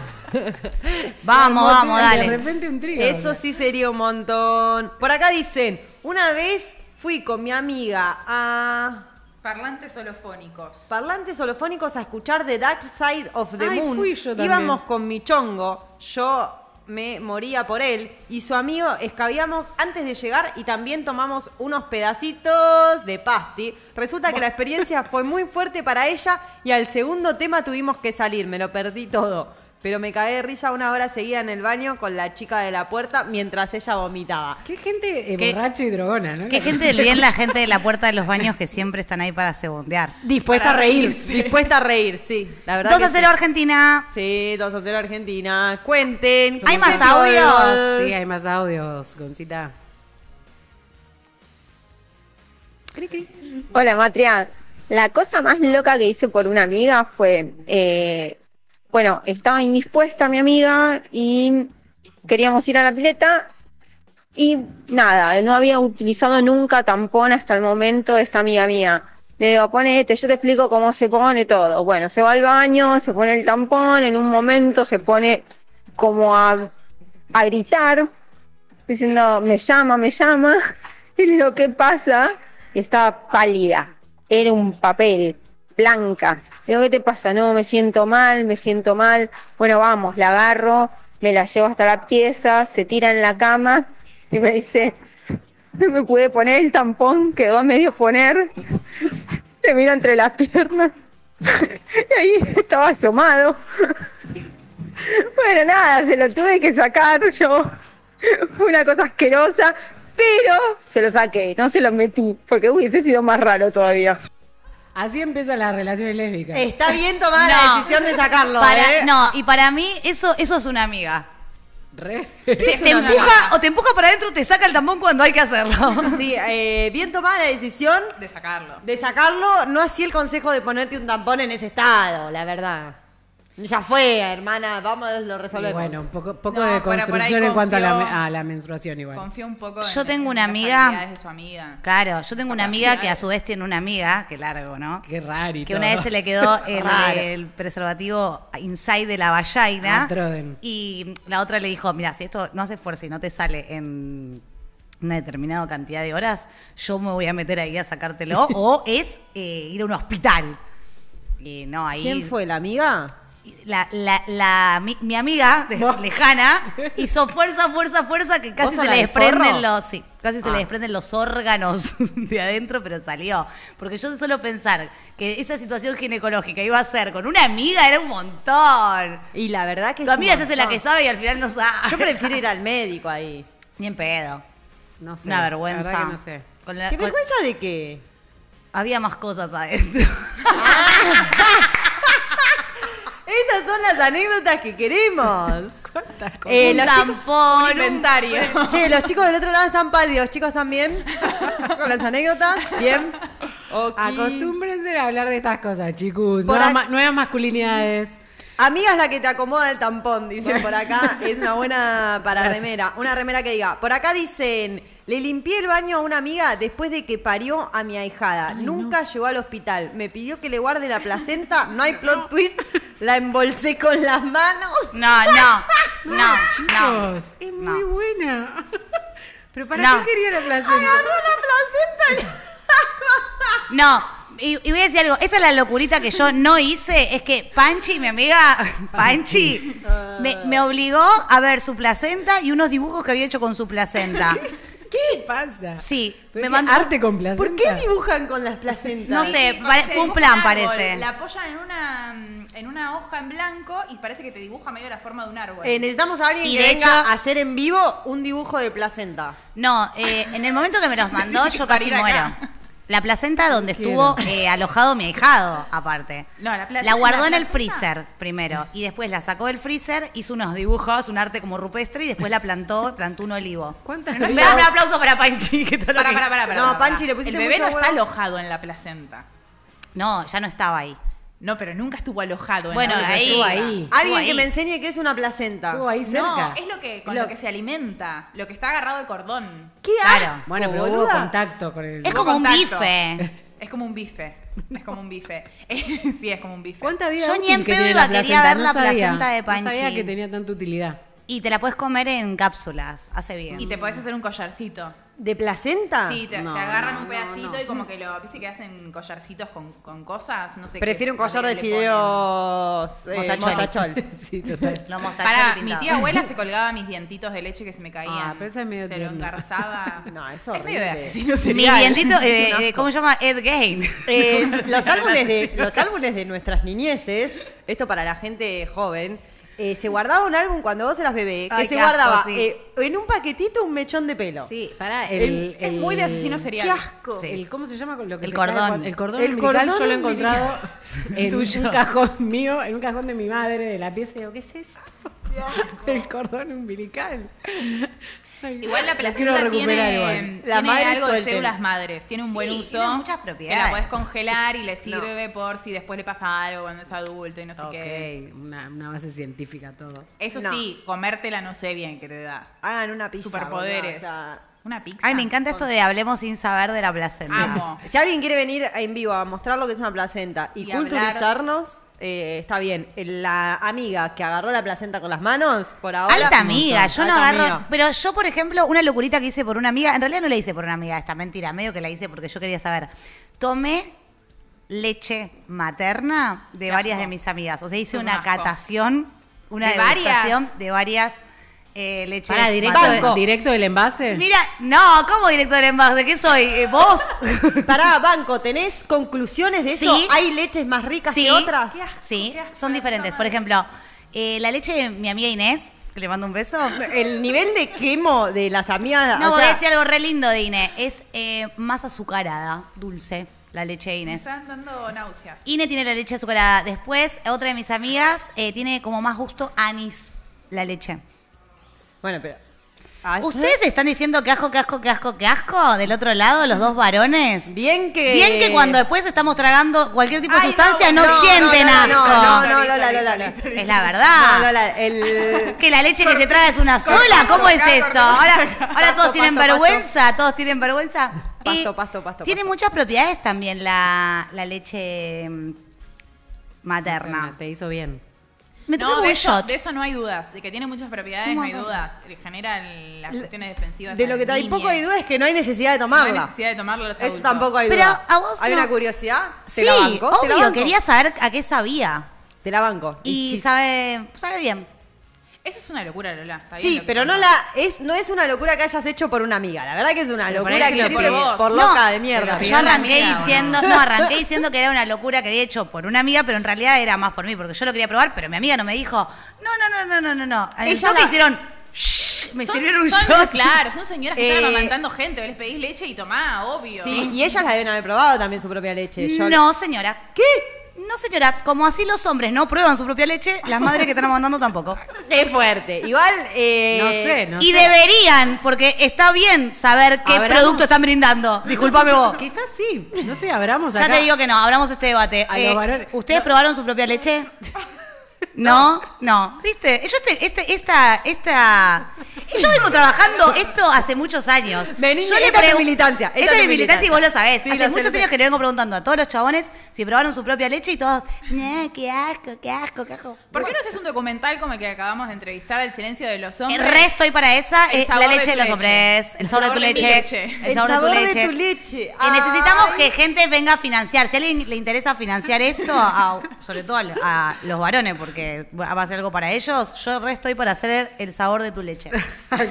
[SPEAKER 4] Vamos, vamos,
[SPEAKER 2] De
[SPEAKER 4] dale.
[SPEAKER 2] repente un trío.
[SPEAKER 6] eso sí sería un montón.
[SPEAKER 3] Por acá dicen, una vez fui con mi amiga a
[SPEAKER 1] Parlantes holofónicos.
[SPEAKER 3] parlantes holofónicos a escuchar The Dark Side of the
[SPEAKER 2] Ay,
[SPEAKER 3] Moon.
[SPEAKER 2] fui yo también.
[SPEAKER 3] Íbamos con mi chongo, yo me moría por él y su amigo escabíamos antes de llegar y también tomamos unos pedacitos de pasti. Resulta que la experiencia fue muy fuerte para ella y al segundo tema tuvimos que salir, me lo perdí todo. Pero me cagué de risa una hora seguida en el baño con la chica de la puerta mientras ella vomitaba.
[SPEAKER 2] Qué gente eh,
[SPEAKER 4] Qué-
[SPEAKER 2] borracha y drogona, ¿no?
[SPEAKER 4] Qué gente del bien, la gente de la puerta de los baños que siempre están ahí para segundear.
[SPEAKER 3] Dispuesta a reír, dispuesta a reír, sí. La verdad
[SPEAKER 4] 2 a
[SPEAKER 3] que
[SPEAKER 4] 0 Argentina.
[SPEAKER 3] Sí, 2 a 0 Argentina. Cuenten.
[SPEAKER 4] ¿Hay más
[SPEAKER 3] cuenten
[SPEAKER 4] audios?
[SPEAKER 3] todos.
[SPEAKER 2] Sí, hay más audios, Concita. Cri, cri.
[SPEAKER 7] Hola, Matria. La cosa más loca que hice por una amiga fue, eh, bueno, estaba indispuesta mi amiga y queríamos ir a la pileta y nada, no había utilizado nunca tampón hasta el momento esta amiga mía. Le digo, ponete, yo te explico cómo se pone todo. Bueno, se va al baño, se pone el tampón, en un momento se pone como a, a gritar, diciendo, me llama, me llama. (laughs) Y le digo, ¿qué pasa? Y estaba pálida. Era un papel, blanca. Le digo, ¿qué te pasa? No, me siento mal, me siento mal. Bueno, vamos, la agarro, me la llevo hasta la pieza, se tira en la cama y me dice, (laughs) no me pude poner el tampón, quedó a medio poner. (laughs) Se mira entre las piernas. (laughs) Y ahí estaba asomado. (laughs) Bueno, nada, se lo tuve que sacar yo. (laughs) Fue una cosa asquerosa, pero se lo saqué, no se lo metí, porque hubiese sido más raro todavía.
[SPEAKER 2] Así empiezan las relaciones lésbicas.
[SPEAKER 3] Está bien tomada la
[SPEAKER 4] No.
[SPEAKER 3] decisión de sacarlo.
[SPEAKER 4] Para-
[SPEAKER 3] ¿eh?
[SPEAKER 4] No, y para mí eso, eso es una amiga.
[SPEAKER 2] Re-
[SPEAKER 4] Te, te empuja o te empuja para adentro o te saca el tambón cuando hay que hacerlo.
[SPEAKER 3] (laughs) Sí, eh, bien tomada la decisión
[SPEAKER 1] De sacarlo.
[SPEAKER 3] de sacarlo. No así el consejo de ponerte un tampón en ese estado, la verdad. Ya fue, hermana, vamos, lo
[SPEAKER 2] Y
[SPEAKER 3] resolvemos.
[SPEAKER 2] bueno, un poco, poco
[SPEAKER 1] No,
[SPEAKER 2] de
[SPEAKER 1] por- por ahí
[SPEAKER 2] construcción en cuanto a la,
[SPEAKER 1] confió.
[SPEAKER 2] me- a la menstruación igual.
[SPEAKER 1] Confío un poco en
[SPEAKER 4] Yo tengo
[SPEAKER 1] en
[SPEAKER 4] una
[SPEAKER 1] las
[SPEAKER 4] amiga-
[SPEAKER 1] habilidades de su amiga.
[SPEAKER 4] Claro, yo tengo una amiga que a su vez tiene una amiga, que largo, ¿no?
[SPEAKER 2] Qué raro y
[SPEAKER 4] Que una
[SPEAKER 2] todo.
[SPEAKER 4] vez se le quedó
[SPEAKER 2] (laughs)
[SPEAKER 4] el, eh,
[SPEAKER 2] Raro.
[SPEAKER 4] el preservativo inside de la
[SPEAKER 2] Ah,
[SPEAKER 4] vallaina.
[SPEAKER 2] Troden.
[SPEAKER 4] Y la otra le dijo, mira, si esto no hace fuerza y no te sale en una determinada cantidad de horas, yo me voy a meter ahí a sacártelo. o es eh, ir a un hospital. Y no, ahí...
[SPEAKER 3] ¿Quién fue, la amiga?
[SPEAKER 4] La, la- la- mi, mi amiga de-
[SPEAKER 3] (laughs)
[SPEAKER 4] lejana hizo fuerza, fuerza, fuerza que
[SPEAKER 3] ¿Vos
[SPEAKER 4] casi se
[SPEAKER 3] sos la
[SPEAKER 4] le
[SPEAKER 3] del forro?
[SPEAKER 4] desprenden los, sí, casi se
[SPEAKER 3] Ah.
[SPEAKER 4] le desprenden los órganos (laughs) de adentro, pero salió. Porque yo solo pensar que esa situación ginecológica iba a ser con una amiga era un montón.
[SPEAKER 3] Y la verdad
[SPEAKER 4] Tu
[SPEAKER 3] que es un
[SPEAKER 4] amiga se hace la
[SPEAKER 3] montón.
[SPEAKER 4] que sabe y al final no sabe.
[SPEAKER 3] Yo prefiero ir al médico ahí.
[SPEAKER 4] (laughs) Ni en pedo.
[SPEAKER 2] No sé.
[SPEAKER 4] Una vergüenza.
[SPEAKER 2] La verdad que no sé.
[SPEAKER 4] Con la-
[SPEAKER 3] ¿Qué
[SPEAKER 4] con-
[SPEAKER 3] vergüenza de qué?
[SPEAKER 4] Había más cosas adentro. (laughs)
[SPEAKER 3] Esas son las anécdotas
[SPEAKER 4] (laughs)
[SPEAKER 3] que queremos. Eh,
[SPEAKER 4] un
[SPEAKER 3] los
[SPEAKER 4] tampón, un (laughs)
[SPEAKER 3] inventario. Che, los chicos del otro lado están pálidos. Chicos, ¿están bien? Con las anécdotas. Bien. Ok.
[SPEAKER 2] Acostúmbrense a hablar de estas cosas,
[SPEAKER 3] Por
[SPEAKER 2] chicos. Nuevas,
[SPEAKER 3] ac-
[SPEAKER 2] ma- nuevas masculinidades.
[SPEAKER 3] Amiga es la que te acomoda el tampón, dicen por acá. Es una buena para remera. Una remera que diga. Por acá dicen, le limpié el baño a una amiga después de que parió a mi ahijada. Nunca llegó al hospital. Me pidió que le guarde la placenta. No hay plot twist. La embolsé con
[SPEAKER 4] (laughs)
[SPEAKER 3] las manos.
[SPEAKER 4] No, no,
[SPEAKER 3] (laughs)
[SPEAKER 4] no, no.
[SPEAKER 2] Chicos, es muy
[SPEAKER 4] No.
[SPEAKER 2] buena. (laughs) Pero para
[SPEAKER 4] No.
[SPEAKER 2] qué quería la placenta.
[SPEAKER 4] No, Y, y voy a decir algo, esa es la locurita que yo no hice, es que Panchi, mi amiga (laughs) Panchi, me, me obligó a ver su placenta y unos dibujos que había hecho con su placenta.
[SPEAKER 2] ¿Qué pasa?
[SPEAKER 4] Sí, me
[SPEAKER 2] Pero qué
[SPEAKER 4] mandó-
[SPEAKER 2] arte con placenta.
[SPEAKER 3] ¿Por qué dibujan con las placentas?
[SPEAKER 4] No sé.
[SPEAKER 1] Sí,
[SPEAKER 4] pare-
[SPEAKER 1] se
[SPEAKER 4] fue un
[SPEAKER 1] dibuja
[SPEAKER 4] plan,
[SPEAKER 1] árbol,
[SPEAKER 4] parece.
[SPEAKER 1] La apoyan en una, mm, en una hoja en blanco y parece que te dibuja medio la forma de un árbol.
[SPEAKER 3] Eh, necesitamos a alguien
[SPEAKER 4] Y
[SPEAKER 3] que
[SPEAKER 4] de
[SPEAKER 3] venga
[SPEAKER 4] hecho-
[SPEAKER 3] a hacer en vivo un dibujo de placenta.
[SPEAKER 4] No, eh, en el momento que me
[SPEAKER 1] (laughs)
[SPEAKER 4] los mandó yo casi
[SPEAKER 1] Parir acá.
[SPEAKER 4] muero. La placenta donde estuvo eh, alojado mi ahijado, aparte.
[SPEAKER 1] No, la placenta-
[SPEAKER 4] La guardó en
[SPEAKER 1] la
[SPEAKER 4] el
[SPEAKER 1] placenta-
[SPEAKER 4] freezer primero y después la sacó del freezer, hizo unos dibujos, un arte como rupestre y después la plantó, plantó un olivo.
[SPEAKER 2] ¿Cuántas
[SPEAKER 4] Pero no, espera, un aplauso para Panchi. Que todo lo
[SPEAKER 1] Pará,
[SPEAKER 4] que-
[SPEAKER 1] pará, pará, pará,
[SPEAKER 3] No,
[SPEAKER 1] pará,
[SPEAKER 3] Panchi,
[SPEAKER 1] pará.
[SPEAKER 3] le pusiste
[SPEAKER 1] El bebé
[SPEAKER 3] mucho
[SPEAKER 1] no está
[SPEAKER 3] huevo.
[SPEAKER 1] alojado en la placenta.
[SPEAKER 4] No, ya no estaba ahí.
[SPEAKER 1] No, pero nunca estuvo alojado en
[SPEAKER 4] Bueno,
[SPEAKER 1] la placenta.
[SPEAKER 4] ahí.
[SPEAKER 2] estuvo ahí.
[SPEAKER 3] Alguien
[SPEAKER 4] ahí.
[SPEAKER 3] que me enseñe qué es una placenta.
[SPEAKER 2] Estuvo ahí cerca.
[SPEAKER 1] No, es lo que, con lo... que se alimenta, lo que está agarrado de cordón.
[SPEAKER 3] ¿Qué
[SPEAKER 4] Claro.
[SPEAKER 3] asco,
[SPEAKER 2] Bueno, pero hubo
[SPEAKER 3] boluda?
[SPEAKER 2] contacto con el.
[SPEAKER 4] Es como un
[SPEAKER 1] Contacto.
[SPEAKER 4] bife.
[SPEAKER 1] Es como un bife. Es como un bife. (laughs) sí, es como un bife.
[SPEAKER 2] ¿Cuánta vida
[SPEAKER 4] Yo ni
[SPEAKER 2] útil
[SPEAKER 4] en
[SPEAKER 2] que
[SPEAKER 4] pedo
[SPEAKER 2] tiene
[SPEAKER 4] iba,
[SPEAKER 2] la
[SPEAKER 4] quería
[SPEAKER 2] placenta?
[SPEAKER 4] ver
[SPEAKER 2] No
[SPEAKER 4] la
[SPEAKER 2] sabía.
[SPEAKER 4] placenta de
[SPEAKER 2] No
[SPEAKER 4] Panchi.
[SPEAKER 2] sabía que tenía tanta utilidad.
[SPEAKER 4] Y te la puedes comer en cápsulas. Hace bien.
[SPEAKER 1] Y te podés hacer un collarcito.
[SPEAKER 3] ¿De placenta?
[SPEAKER 1] sí, te,
[SPEAKER 2] no,
[SPEAKER 1] te agarran
[SPEAKER 2] no,
[SPEAKER 1] un
[SPEAKER 2] no,
[SPEAKER 1] pedacito
[SPEAKER 2] no.
[SPEAKER 1] y como que lo. ¿Viste que hacen collarcitos con, con cosas? No sé
[SPEAKER 3] Prefiero un
[SPEAKER 1] qué
[SPEAKER 3] collar de
[SPEAKER 1] material le
[SPEAKER 3] fideos. eh,
[SPEAKER 4] Mostacholi.
[SPEAKER 3] mostachol.
[SPEAKER 2] sí, total.
[SPEAKER 4] Lo
[SPEAKER 1] ponen.
[SPEAKER 4] mostachón
[SPEAKER 1] Pará, mi
[SPEAKER 4] pintado.
[SPEAKER 1] tía abuela se colgaba mis dientitos de leche que se me caían.
[SPEAKER 2] Ah, pero esa es medio
[SPEAKER 1] Se lo
[SPEAKER 2] tierna.
[SPEAKER 1] engarzaba.
[SPEAKER 3] No, es
[SPEAKER 1] medio de (laughs)
[SPEAKER 3] horrible.
[SPEAKER 1] asesino
[SPEAKER 4] Mi
[SPEAKER 1] serial.
[SPEAKER 4] dientito,
[SPEAKER 1] (laughs)
[SPEAKER 4] eh,
[SPEAKER 3] Es un
[SPEAKER 4] eh, ¿cómo se llama? Ed Gain.
[SPEAKER 3] Eh, los, álbumes de, los álbumes de nuestras niñeces, esto para la gente joven, eh, se guardaba un álbum cuando vos eras bebé, que
[SPEAKER 4] Ay,
[SPEAKER 3] se
[SPEAKER 4] qué asco,
[SPEAKER 3] guardaba
[SPEAKER 4] sí.
[SPEAKER 3] eh, en un paquetito un mechón de pelo.
[SPEAKER 2] Sí, pará,
[SPEAKER 3] El-
[SPEAKER 2] el,
[SPEAKER 1] Es muy de asesino serial.
[SPEAKER 3] ¡Qué asco!
[SPEAKER 4] Sí.
[SPEAKER 2] El, ¿Cómo se llama? con Lo que
[SPEAKER 4] El
[SPEAKER 2] se cae
[SPEAKER 4] cordón.
[SPEAKER 2] cuando- el cordón
[SPEAKER 3] El
[SPEAKER 2] umbilical
[SPEAKER 3] cordón
[SPEAKER 2] yo lo he
[SPEAKER 3] umbilical.
[SPEAKER 2] encontrado (laughs) en un cajón mío, en un cajón de mi madre, de la pieza. Y digo, ¿qué es eso? el cordón umbilical. Ay,
[SPEAKER 1] Igual la
[SPEAKER 2] lo quiero
[SPEAKER 1] placenta
[SPEAKER 2] recuperar
[SPEAKER 1] tiene,
[SPEAKER 2] igual.
[SPEAKER 1] tiene
[SPEAKER 3] La madre
[SPEAKER 1] algo de
[SPEAKER 3] suelten.
[SPEAKER 1] células madres, tiene un buen
[SPEAKER 4] Sí,
[SPEAKER 1] uso.
[SPEAKER 4] tiene muchas
[SPEAKER 1] Que
[SPEAKER 4] propiedades.
[SPEAKER 1] la podés congelar y le sirve por si después le pasa algo cuando es adulto y no sé qué.
[SPEAKER 2] Ok, una, una base científica todo.
[SPEAKER 1] Eso
[SPEAKER 3] No.
[SPEAKER 1] sí, comértela no sé bien que te da.
[SPEAKER 3] Hagan una pizza.
[SPEAKER 1] Superpoderes.
[SPEAKER 3] boluda, o
[SPEAKER 1] Una pizza.
[SPEAKER 4] Ay, me encanta esto de hablemos sin saber de la placenta.
[SPEAKER 1] Amo.
[SPEAKER 3] sea, si alguien quiere venir en vivo a mostrar lo que es una placenta y,
[SPEAKER 1] Y
[SPEAKER 3] culturizarnos, eh, está bien. La amiga que agarró la placenta con las manos, por ahora.
[SPEAKER 4] Alta amiga, yo no
[SPEAKER 3] Alta
[SPEAKER 4] agarro.
[SPEAKER 3] amiga.
[SPEAKER 4] Pero yo, por ejemplo, una locurita que hice por una amiga, en realidad no la hice por una amiga, esta mentira, medio que la hice porque yo quería saber. Tomé leche materna de
[SPEAKER 1] Qué
[SPEAKER 4] varias
[SPEAKER 1] asco.
[SPEAKER 4] de mis amigas. O sea, hice
[SPEAKER 1] Es un
[SPEAKER 4] una
[SPEAKER 1] asco.
[SPEAKER 4] catación, una
[SPEAKER 1] ¿De varias?
[SPEAKER 4] degustación de varias eh, leches
[SPEAKER 2] Para, directo,
[SPEAKER 4] maternas.
[SPEAKER 3] Banco.
[SPEAKER 2] directo del envase.
[SPEAKER 4] Mira, no, ¿cómo director en ¿De qué soy? Eh, (laughs) ¿Vos?
[SPEAKER 3] Pará, banco, ¿tenés conclusiones de eso?
[SPEAKER 4] Sí.
[SPEAKER 3] ¿Hay leches más ricas que otras?
[SPEAKER 1] Qué asco,
[SPEAKER 4] sí,
[SPEAKER 1] qué asco,
[SPEAKER 4] son
[SPEAKER 1] la
[SPEAKER 4] diferentes.
[SPEAKER 1] puta
[SPEAKER 4] Por
[SPEAKER 1] madre.
[SPEAKER 4] ejemplo, eh, la leche de mi amiga Inés, que le mando un beso.
[SPEAKER 3] El nivel de quemo de las amigas.
[SPEAKER 4] No,
[SPEAKER 3] o
[SPEAKER 4] voy
[SPEAKER 3] sea,
[SPEAKER 4] a decir algo re lindo de Inés. Es eh, más azucarada, dulce, la leche de
[SPEAKER 1] Me
[SPEAKER 4] Inés.
[SPEAKER 1] están dando náuseas.
[SPEAKER 4] Ine tiene la leche azucarada. Después, otra de mis amigas eh, tiene como más gusto anís la leche.
[SPEAKER 3] Bueno, pero. ayer-
[SPEAKER 4] ¿Ustedes están diciendo que asco, que asco, que asco, que asco? Del otro lado, los dos varones.
[SPEAKER 3] Bien que.
[SPEAKER 4] Bien que cuando después estamos tragando cualquier tipo de
[SPEAKER 1] Ay, no,
[SPEAKER 4] sustancia no,
[SPEAKER 1] bueno, no,
[SPEAKER 4] sienten
[SPEAKER 3] Eh, no, no,
[SPEAKER 4] asco.
[SPEAKER 3] No, no, no,
[SPEAKER 1] Listo,
[SPEAKER 3] Lola,
[SPEAKER 1] listo,
[SPEAKER 3] Lola,
[SPEAKER 1] listo,
[SPEAKER 3] Lola.
[SPEAKER 4] Es la verdad.
[SPEAKER 3] No, Lola, el.
[SPEAKER 4] Que la leche que se traga es una sola, ¿cómo es esto? Ahora, ahora todos
[SPEAKER 3] Pasto,
[SPEAKER 4] tienen
[SPEAKER 3] pasto,
[SPEAKER 4] vergüenza, todos tienen vergüenza.
[SPEAKER 3] Pasto,
[SPEAKER 4] Y
[SPEAKER 3] pasto, pasto,
[SPEAKER 4] Tiene
[SPEAKER 3] pasto.
[SPEAKER 4] muchas propiedades también la, la leche mm, materna.
[SPEAKER 2] Te hizo bien.
[SPEAKER 4] Me tomé
[SPEAKER 1] No,
[SPEAKER 4] un
[SPEAKER 1] de eso,
[SPEAKER 4] shot.
[SPEAKER 1] de eso no hay dudas. De que tiene muchas propiedades,
[SPEAKER 4] Un
[SPEAKER 1] no hay
[SPEAKER 4] montón.
[SPEAKER 1] dudas. Le genera el- las cuestiones defensivas.
[SPEAKER 3] De
[SPEAKER 1] a
[SPEAKER 3] lo
[SPEAKER 1] las
[SPEAKER 3] que tampoco
[SPEAKER 1] niñas.
[SPEAKER 3] hay duda es que no hay necesidad de
[SPEAKER 1] No hay
[SPEAKER 3] tomarla.
[SPEAKER 1] necesidad de tomarlo los
[SPEAKER 3] Eso
[SPEAKER 1] adultos.
[SPEAKER 3] tampoco hay
[SPEAKER 4] Pero
[SPEAKER 3] duda.
[SPEAKER 4] a vos
[SPEAKER 3] ¿Hay
[SPEAKER 4] no.
[SPEAKER 3] una curiosidad? ¿Te
[SPEAKER 4] sí,
[SPEAKER 3] la banco? ¿Te la
[SPEAKER 4] obvio,
[SPEAKER 3] banco?
[SPEAKER 4] quería saber a qué sabía.
[SPEAKER 3] Te la banco.
[SPEAKER 4] Y
[SPEAKER 3] sí,
[SPEAKER 4] sabe, sabe bien.
[SPEAKER 1] Eso es una locura, Lola. está bien
[SPEAKER 3] Sí,
[SPEAKER 1] lo que
[SPEAKER 3] pero no
[SPEAKER 1] estás
[SPEAKER 3] la es no es una locura que hayas hecho por una amiga. La verdad que es una
[SPEAKER 2] Pero
[SPEAKER 3] locura
[SPEAKER 2] parece
[SPEAKER 3] que
[SPEAKER 2] que
[SPEAKER 3] hiciste
[SPEAKER 1] por
[SPEAKER 3] por,
[SPEAKER 1] vos.
[SPEAKER 3] por
[SPEAKER 4] No,
[SPEAKER 3] loca de mierda.
[SPEAKER 1] pero
[SPEAKER 4] Yo
[SPEAKER 1] Pidió una
[SPEAKER 4] arranqué
[SPEAKER 1] amiga, ¿o
[SPEAKER 4] diciendo,
[SPEAKER 1] no?
[SPEAKER 4] no, arranqué diciendo que era una locura que había hecho por una amiga, pero en realidad era más por mí, porque yo lo quería probar, pero mi amiga no me dijo, no, no, no, no, no, no, no. Al
[SPEAKER 3] Ella
[SPEAKER 4] toque
[SPEAKER 3] la-
[SPEAKER 4] hicieron, "Shh", me
[SPEAKER 1] Son-
[SPEAKER 4] sirvieron un
[SPEAKER 1] son-
[SPEAKER 4] shot.
[SPEAKER 1] Claro, son señoras que
[SPEAKER 3] Eh,
[SPEAKER 1] están amamantando gente, les pedís leche y tomá, obvio.
[SPEAKER 3] Sí, y ellas la deben haber probado también su propia leche. Yo-
[SPEAKER 4] No, señora.
[SPEAKER 3] ¿Qué?
[SPEAKER 4] No, señora. Como así los hombres no prueban su propia leche, las madres que están mandando tampoco.
[SPEAKER 3] Qué fuerte. Igual eh,
[SPEAKER 2] no sé, no
[SPEAKER 4] y
[SPEAKER 2] sé.
[SPEAKER 4] deberían, porque está bien saber qué
[SPEAKER 2] Abramos.
[SPEAKER 4] producto están brindando. Disculpame vos.
[SPEAKER 2] Quizás sí. No sé, abramos
[SPEAKER 4] Ya
[SPEAKER 2] acá.
[SPEAKER 4] te digo que no, abramos este debate.
[SPEAKER 2] A los varones.
[SPEAKER 4] ¿Ustedes (laughs)
[SPEAKER 2] No.
[SPEAKER 4] probaron su propia leche? No, no. ¿Viste? Yo este, este- esta, esta. Yo vengo trabajando esto hace muchos años.
[SPEAKER 3] Vení,
[SPEAKER 4] Yo
[SPEAKER 3] esta es tu
[SPEAKER 4] pregun-
[SPEAKER 3] militancia, esta
[SPEAKER 4] Esta es mi militancia y vos lo sabés.
[SPEAKER 3] Sí,
[SPEAKER 4] hace
[SPEAKER 3] lo
[SPEAKER 4] muchos
[SPEAKER 3] sé, lo
[SPEAKER 4] años
[SPEAKER 3] sé.
[SPEAKER 4] que le vengo preguntando a todos los chabones si probaron su propia leche y todos. "Nah, qué asco, qué asco, qué asco.
[SPEAKER 1] ¿Por qué no haces un documental como el que acabamos de entrevistar, El silencio de los
[SPEAKER 4] El
[SPEAKER 1] hombres?
[SPEAKER 4] re estoy para esa,
[SPEAKER 1] El
[SPEAKER 4] eh, la
[SPEAKER 1] sabor de
[SPEAKER 4] leche
[SPEAKER 1] tu
[SPEAKER 4] de los
[SPEAKER 1] leche.
[SPEAKER 4] hombres, el sabor de tu
[SPEAKER 1] mi
[SPEAKER 4] leche,
[SPEAKER 1] leche.
[SPEAKER 4] el sabor de tu leche.
[SPEAKER 3] tu leche.
[SPEAKER 4] Que necesitamos
[SPEAKER 3] Ay.
[SPEAKER 4] que gente venga a financiar. Si a alguien le interesa financiar esto, a- sobre todo a, lo- a los varones, porque va a ser algo para ellos, yo re estoy para hacer el sabor de tu leche.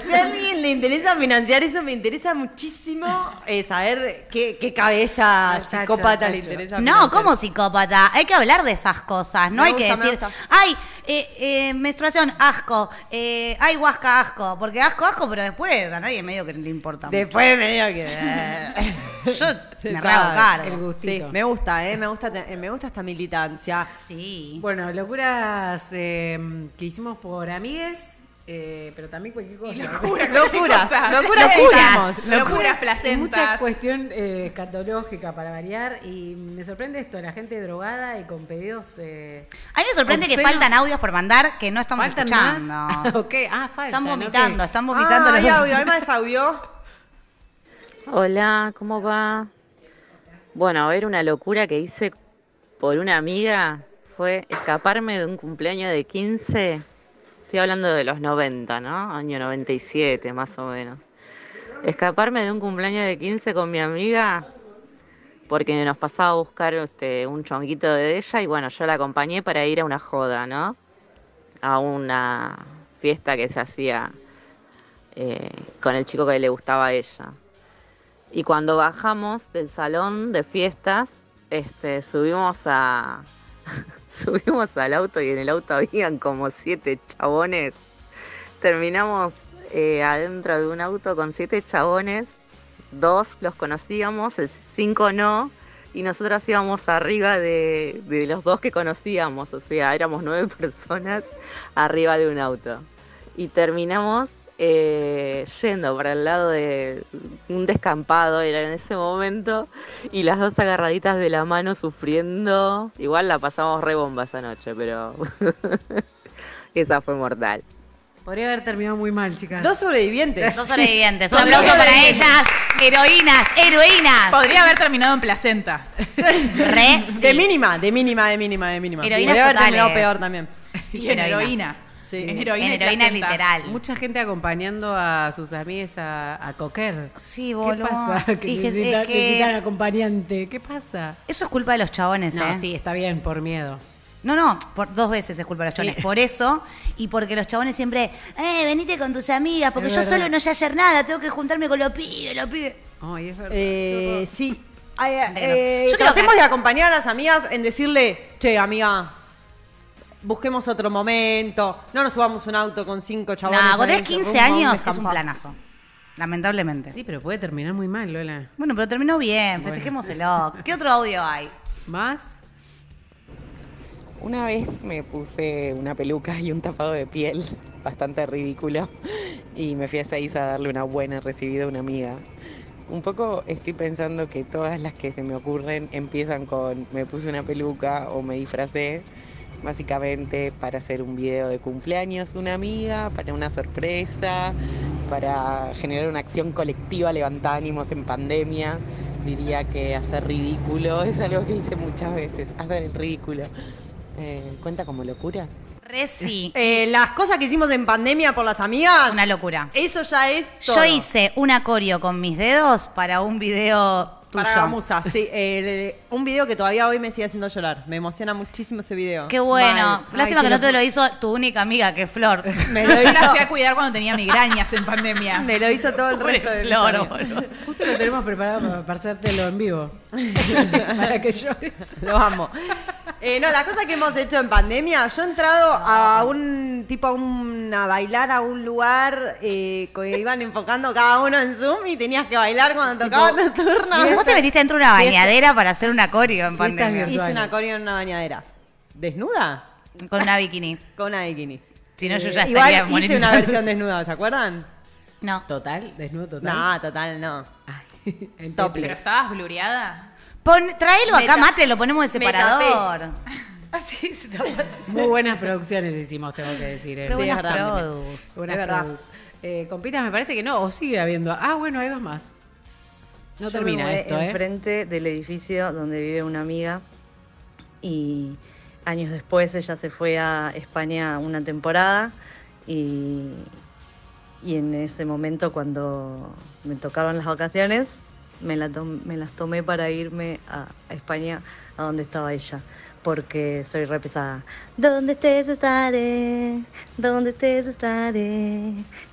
[SPEAKER 3] Si a alguien le interesa financiar eso, me interesa muchísimo eh, saber qué, qué cabeza
[SPEAKER 2] Tacho,
[SPEAKER 3] psicópata le
[SPEAKER 2] tacho.
[SPEAKER 3] interesa.
[SPEAKER 4] No,
[SPEAKER 3] financiar.
[SPEAKER 4] ¿cómo psicópata? Hay que hablar de esas cosas, no
[SPEAKER 3] Me
[SPEAKER 4] hay
[SPEAKER 3] gusta,
[SPEAKER 4] que
[SPEAKER 3] me
[SPEAKER 4] decir,
[SPEAKER 3] gusta.
[SPEAKER 4] ay, eh, eh, menstruación, asco, eh, ay, huasca, asco, porque asco, asco, pero después a nadie medio que le importa. mucho.
[SPEAKER 3] Después medio que. eh,
[SPEAKER 4] (laughs) Yo
[SPEAKER 3] Se
[SPEAKER 4] me
[SPEAKER 3] sabe,
[SPEAKER 4] rehago
[SPEAKER 2] el
[SPEAKER 4] cargo.
[SPEAKER 2] gusto.
[SPEAKER 3] sí,
[SPEAKER 2] Justito.
[SPEAKER 3] me gusta, ¿eh? Me gusta, te- eh, me gusta esta militancia.
[SPEAKER 4] Sí.
[SPEAKER 2] Bueno, locuras eh, que hicimos por amigues, eh, pero también cualquier cosa.
[SPEAKER 1] Locura,
[SPEAKER 3] Locuras,
[SPEAKER 1] cosa.
[SPEAKER 3] locuras que
[SPEAKER 4] Locuras,
[SPEAKER 3] hicimos.
[SPEAKER 1] Locuras
[SPEAKER 2] Y
[SPEAKER 1] placentas.
[SPEAKER 2] Mucha cuestión eh, escatológica para variar y me sorprende esto, la gente drogada y con pedidos... eh,
[SPEAKER 4] A mí me sorprende que
[SPEAKER 2] obscenos.
[SPEAKER 4] faltan audios por mandar que no estamos
[SPEAKER 2] ¿Faltan
[SPEAKER 4] escuchando.
[SPEAKER 2] más? (laughs) Ok, ah, faltan,
[SPEAKER 4] Están
[SPEAKER 2] ok.
[SPEAKER 4] vomitando, están vomitando
[SPEAKER 3] Ah,
[SPEAKER 4] los
[SPEAKER 3] hay
[SPEAKER 4] dos.
[SPEAKER 3] audio, además audio.
[SPEAKER 8] Hola, ¿cómo va? Bueno, a ver, una locura que hice por una amiga fue escaparme de un cumpleaños de 15. Estoy hablando de los 90, ¿no? Año 97, más o menos. Escaparme de un cumpleaños de 15 con mi amiga porque nos pasaba a buscar este, un chonguito de ella y bueno, yo la acompañé para ir a una joda, ¿no? A una fiesta que se hacía eh, con el chico que le gustaba a ella. Y cuando bajamos del salón de fiestas, este, subimos a (laughs) subimos al auto y en el auto habían como siete chabones. Terminamos eh, adentro de un auto con siete chabones, dos los conocíamos, el cinco no, y nosotras íbamos arriba de, de los dos que conocíamos, o sea, éramos nueve (laughs) personas arriba de un auto. Y terminamos eh, yendo para el lado de un descampado, era en ese momento, y las dos agarraditas de la mano sufriendo. Igual la pasamos re bomba esa noche, pero (laughs) esa fue mortal.
[SPEAKER 2] Podría haber terminado muy mal, chicas.
[SPEAKER 3] Dos sobrevivientes.
[SPEAKER 4] Dos sobrevivientes. Un
[SPEAKER 3] Son dos
[SPEAKER 4] aplauso para
[SPEAKER 3] sobrevivientes.
[SPEAKER 4] ellas. Heroínas, heroínas.
[SPEAKER 1] Podría haber terminado en
[SPEAKER 4] (laughs)
[SPEAKER 1] placenta.
[SPEAKER 4] Re, (laughs) sí.
[SPEAKER 3] De mínima, de mínima, de mínima, de mínima.
[SPEAKER 4] Heroínas
[SPEAKER 3] Podría haber
[SPEAKER 4] totales.
[SPEAKER 3] terminado peor también.
[SPEAKER 1] Y en
[SPEAKER 4] Heroína.
[SPEAKER 1] heroína.
[SPEAKER 3] Sí.
[SPEAKER 1] En heroína, y
[SPEAKER 4] En heroína
[SPEAKER 1] placenta.
[SPEAKER 4] literal.
[SPEAKER 2] Mucha gente acompañando a sus amigas a, a coquer.
[SPEAKER 4] Sí,
[SPEAKER 2] ¿Qué
[SPEAKER 4] boludo.
[SPEAKER 2] pasa? Que
[SPEAKER 4] Dije, es
[SPEAKER 2] necesitan,
[SPEAKER 4] que-
[SPEAKER 2] necesitan acompañante. ¿Qué pasa?
[SPEAKER 4] Eso es culpa de los chabones,
[SPEAKER 2] No,
[SPEAKER 4] ¿eh?
[SPEAKER 2] sí, está bien, por miedo.
[SPEAKER 4] No, no, por dos veces es culpa de los chabones.
[SPEAKER 2] Sí.
[SPEAKER 4] Por eso y porque los chabones siempre, eh, venite con tus amigas, porque
[SPEAKER 2] Es
[SPEAKER 4] yo
[SPEAKER 2] verdad.
[SPEAKER 4] solo no sé hacer nada, tengo que juntarme con los pibes, los pibes.
[SPEAKER 2] Ay, es verdad.
[SPEAKER 3] Eh, sí. (laughs) Ay, eh,
[SPEAKER 4] Negro.
[SPEAKER 3] eh,
[SPEAKER 4] Yo creo
[SPEAKER 3] tratemos
[SPEAKER 4] que-
[SPEAKER 3] de acompañar a las amigas en decirle, che, amiga, busquemos otro momento, no nos subamos un auto con cinco
[SPEAKER 4] No,
[SPEAKER 3] chabones.
[SPEAKER 4] cuando tenés
[SPEAKER 3] adentro,
[SPEAKER 4] 15
[SPEAKER 3] rumbo a un
[SPEAKER 4] años es un
[SPEAKER 3] descampado".
[SPEAKER 4] planazo. Lamentablemente.
[SPEAKER 2] Sí, pero puede terminar muy mal, Lola.
[SPEAKER 4] Bueno, pero terminó bien,
[SPEAKER 2] Bueno.
[SPEAKER 4] festejémoselo. ¿Qué otro audio hay?
[SPEAKER 2] ¿Más?
[SPEAKER 9] Una vez me puse una peluca y un tapado de piel, (laughs) bastante ridículo, y me fui a Seiza a darle una buena recibida a una amiga. Un poco estoy pensando que todas las que se me ocurren empiezan con me puse una peluca o me disfracé, básicamente para hacer un video de cumpleaños, una amiga, para una sorpresa, para generar una acción colectiva, levantar ánimos en pandemia. Diría que hacer ridículo (laughs) es algo que hice muchas veces, hacer el ridículo. Eh, ¿Cuenta como locura?
[SPEAKER 4] Reci,
[SPEAKER 3] Eh, las cosas que hicimos en pandemia por las amigas,
[SPEAKER 4] una locura.
[SPEAKER 3] eso ya es Eh, todo.
[SPEAKER 4] Yo hice un acorio con mis dedos para un video tuyo.
[SPEAKER 3] Para la musa,
[SPEAKER 4] (laughs)
[SPEAKER 3] sí. eh, el- un video que todavía hoy me sigue haciendo llorar. Me emociona muchísimo ese video.
[SPEAKER 4] Qué bueno.
[SPEAKER 3] Mal.
[SPEAKER 4] Lástima
[SPEAKER 3] Ay,
[SPEAKER 4] que no te
[SPEAKER 3] quiero-
[SPEAKER 4] lo hizo tu única amiga, que es Flor.
[SPEAKER 3] (laughs)
[SPEAKER 4] (laughs)
[SPEAKER 3] Me
[SPEAKER 1] No,
[SPEAKER 3] lo
[SPEAKER 1] yo la fui a
[SPEAKER 3] hizo,
[SPEAKER 1] cuidar cuando tenía migrañas en pandemia.
[SPEAKER 4] (laughs)
[SPEAKER 3] me lo hizo todo el resto de mis
[SPEAKER 4] Flor,
[SPEAKER 3] amigas.
[SPEAKER 4] boludo.
[SPEAKER 2] Justo lo tenemos preparado para, para hacértelo en vivo. para que llores.
[SPEAKER 3] (laughs) Lo amo. Eh, no, las cosas que hemos hecho en pandemia, yo he entrado
[SPEAKER 4] Ah,
[SPEAKER 3] a un tipo a, un, a bailar a un lugar eh, que iban enfocando cada uno en Zoom y tenías que bailar cuando tocaba tu turno.
[SPEAKER 4] Vos te metiste dentro de una bañadera para hacer un acorio en
[SPEAKER 2] Fiestas
[SPEAKER 4] pandemia.
[SPEAKER 2] virtuales.
[SPEAKER 3] Hice una coreo en una bañadera. ¿Desnuda?
[SPEAKER 4] Con una bikini.
[SPEAKER 3] Con una bikini.
[SPEAKER 4] Si no, yo ya
[SPEAKER 3] Eh, Igual
[SPEAKER 4] estaría
[SPEAKER 3] hice una
[SPEAKER 4] monetizando.
[SPEAKER 3] versión desnuda, ¿se acuerdan?
[SPEAKER 4] (laughs) No.
[SPEAKER 2] Total, desnudo total.
[SPEAKER 3] No, total, no.
[SPEAKER 2] (laughs) Ay, el
[SPEAKER 3] Topless.
[SPEAKER 1] ¿Pero estabas blureada?
[SPEAKER 4] Pon, traelo acá,
[SPEAKER 3] Me ta-
[SPEAKER 4] mate, lo ponemos de
[SPEAKER 3] me
[SPEAKER 4] separador. Así se tapó así.
[SPEAKER 1] (laughs)
[SPEAKER 2] Muy buenas producciones hicimos, tengo que decir. eh.
[SPEAKER 4] Pero
[SPEAKER 2] Sí, es
[SPEAKER 4] buenas
[SPEAKER 2] verdad.
[SPEAKER 4] produce.
[SPEAKER 2] Buenas
[SPEAKER 6] Es verdad.
[SPEAKER 2] produce. Eh, compitas, me parece que no, o sigue habiendo. Ah, bueno, hay dos más. No
[SPEAKER 10] Yo me
[SPEAKER 2] termina
[SPEAKER 10] mudé
[SPEAKER 2] esto, ¿eh?
[SPEAKER 10] Enfrente del edificio donde vive una amiga y años después ella se fue a España una temporada y, y en ese momento cuando me tocaban las vacaciones me, la tom- me las tomé para irme a, a España a donde estaba ella porque soy re pesada. Donde estés estaré, donde estés estaré,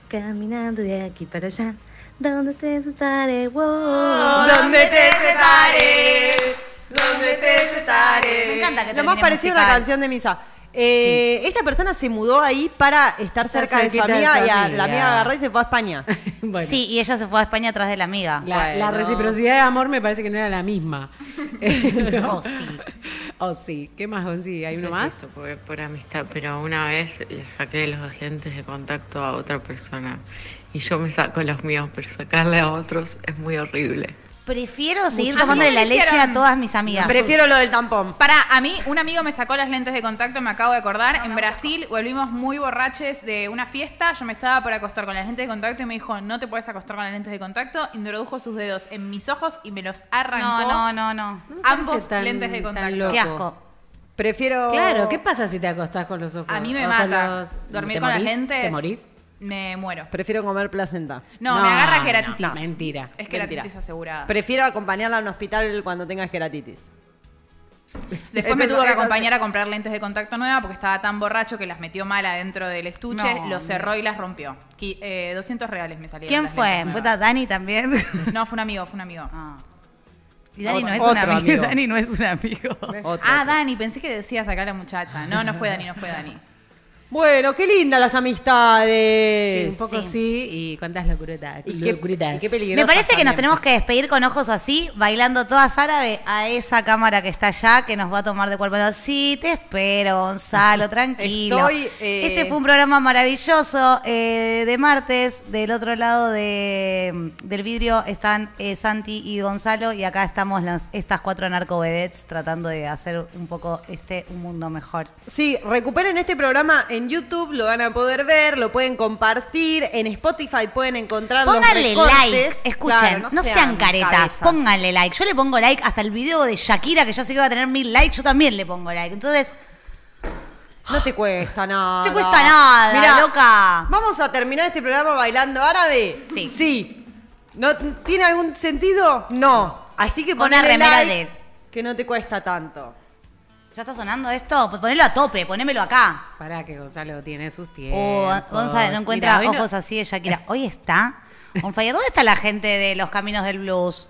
[SPEAKER 10] caminando de aquí para allá. Donde estés estaré, wow.
[SPEAKER 3] ¿Dónde te sentaré? ¿Dónde te sentaré?
[SPEAKER 4] Me encanta que
[SPEAKER 3] Lo más
[SPEAKER 4] termine
[SPEAKER 3] parecido a una
[SPEAKER 4] musical.
[SPEAKER 3] canción de misa. Eh, Esta persona se mudó ahí para estar cerca de su
[SPEAKER 2] cerquita de su
[SPEAKER 3] amiga y a- la
[SPEAKER 2] amiga.
[SPEAKER 3] amiga agarró y se fue
[SPEAKER 4] (laughs)
[SPEAKER 3] a España.
[SPEAKER 2] (laughs) Bueno,
[SPEAKER 4] Sí, y ella se fue a España atrás de la amiga.
[SPEAKER 2] la, la
[SPEAKER 3] bueno.
[SPEAKER 2] reciprocidad de amor me parece que no era la misma. (laughs) Eh, ¿no?
[SPEAKER 4] Oh, sí.
[SPEAKER 2] Oh, sí. ¿Qué más, Gonzi? ¿Hay uno más?
[SPEAKER 9] Eso fue por amistad, pero una vez le saqué los lentes de contacto a otra persona y yo me saco los míos, pero sacarle a otros es muy horrible.
[SPEAKER 4] Prefiero seguir
[SPEAKER 1] Muchísimo.
[SPEAKER 4] tomándole la
[SPEAKER 1] Así me
[SPEAKER 4] leche
[SPEAKER 1] hicieron.
[SPEAKER 4] a todas mis amigas.
[SPEAKER 3] Prefiero lo del tampón.
[SPEAKER 1] Para, a mí un amigo me sacó las lentes de contacto, me acabo de acordar. en Brasil volvimos muy borraches de una fiesta. Yo me estaba por acostar con las lentes de contacto y me dijo, no te puedes acostar con las lentes de contacto. Introdujo sus dedos en mis ojos y me los arrancó.
[SPEAKER 4] no, no, no, no.
[SPEAKER 1] Ambos
[SPEAKER 2] parece tan-
[SPEAKER 1] lentes de
[SPEAKER 2] tan
[SPEAKER 1] contacto.
[SPEAKER 2] loco.
[SPEAKER 4] Qué asco.
[SPEAKER 3] Prefiero.
[SPEAKER 2] Claro, ¿qué pasa si te acostás con los ojos?
[SPEAKER 1] A mí me
[SPEAKER 2] o con
[SPEAKER 1] mata.
[SPEAKER 2] los-
[SPEAKER 1] Dormir
[SPEAKER 2] ¿te
[SPEAKER 1] con las
[SPEAKER 2] morís?
[SPEAKER 1] lentes.
[SPEAKER 2] ¿Te morís?
[SPEAKER 1] Me muero.
[SPEAKER 3] Prefiero comer placenta.
[SPEAKER 1] No, me agarra
[SPEAKER 2] que
[SPEAKER 1] queratitis.
[SPEAKER 2] era mentira.
[SPEAKER 1] Es queratitis
[SPEAKER 3] Mentira.
[SPEAKER 1] asegurada.
[SPEAKER 3] Prefiero acompañarla a un hospital cuando tenga geratitis.
[SPEAKER 1] Después me
[SPEAKER 3] Entonces,
[SPEAKER 1] tuvo que
[SPEAKER 3] entonces-
[SPEAKER 1] acompañar a comprar lentes de contacto nueva porque estaba tan borracho que las metió mal adentro del estuche,
[SPEAKER 4] No,
[SPEAKER 1] lo cerró y las rompió. Qui- eh, 200 reales me salieron.
[SPEAKER 4] ¿Quién
[SPEAKER 1] las
[SPEAKER 4] fue?
[SPEAKER 1] lentes
[SPEAKER 4] ¿Fue
[SPEAKER 1] nuevas.
[SPEAKER 4] Dani también? (laughs)
[SPEAKER 1] No, fue un amigo, fue un amigo.
[SPEAKER 4] Ah. Y Dani no es
[SPEAKER 3] Otro
[SPEAKER 4] un amigo. (laughs)
[SPEAKER 3] amigo.
[SPEAKER 4] Dani no es un amigo.
[SPEAKER 3] Otro.
[SPEAKER 1] Ah, Dani, pensé que decías acá la muchacha. No, no fue Dani, no fue Dani.
[SPEAKER 3] Bueno, qué lindas las amistades.
[SPEAKER 2] Sí, un poco
[SPEAKER 4] sí.
[SPEAKER 2] sí. y cuántas locuretas.
[SPEAKER 3] Y qué,
[SPEAKER 2] locuretas.
[SPEAKER 3] y qué
[SPEAKER 4] Me
[SPEAKER 3] peligrosas
[SPEAKER 4] parece que nos
[SPEAKER 3] también.
[SPEAKER 4] tenemos que despedir con ojos así, bailando todas árabe a esa cámara que está allá, que nos va a tomar de cuerpo. Sí, te espero,
[SPEAKER 3] (laughs)
[SPEAKER 4] Gonzalo, tranquilo.
[SPEAKER 3] Estoy, eh,
[SPEAKER 4] Este fue un programa maravilloso eh, de martes. Del otro lado de- del vidrio están eh, Santi y Gonzalo, y acá estamos las- estas cuatro narcovedets tratando de hacer un poco este un mundo mejor.
[SPEAKER 3] Sí, recuperen este programa en YouTube, lo van a poder ver, lo pueden compartir, en Spotify pueden encontrar
[SPEAKER 4] Pónganle
[SPEAKER 3] los recortes.
[SPEAKER 4] like, escuchen,
[SPEAKER 3] Claro,
[SPEAKER 4] no, sean, caretas,
[SPEAKER 3] cabezas.
[SPEAKER 4] pónganle like. Yo le pongo like hasta el video de Shakira, que ya se iba a tener mil likes, yo también le pongo like. Entonces,
[SPEAKER 3] No te cuesta nada.
[SPEAKER 4] (laughs) No te cuesta nada, loca.
[SPEAKER 3] Vamos a terminar este programa bailando árabe.
[SPEAKER 4] Sí.
[SPEAKER 3] Sí. ¿No tiene algún sentido? No. Así que
[SPEAKER 4] Con una
[SPEAKER 3] ponle
[SPEAKER 4] remera
[SPEAKER 3] like,
[SPEAKER 4] de-
[SPEAKER 3] que no te cuesta tanto.
[SPEAKER 4] ¿ya está sonando esto? Pues ponelo a tope, ponémelo acá.
[SPEAKER 2] Pará que Gonzalo tiene sus tiempos.
[SPEAKER 4] Oh, Gonzalo, no encuentra
[SPEAKER 2] Mirá, hoy no-
[SPEAKER 4] ojos así de Shakira. Hoy está on fire. ¿Dónde está la gente de los caminos del blues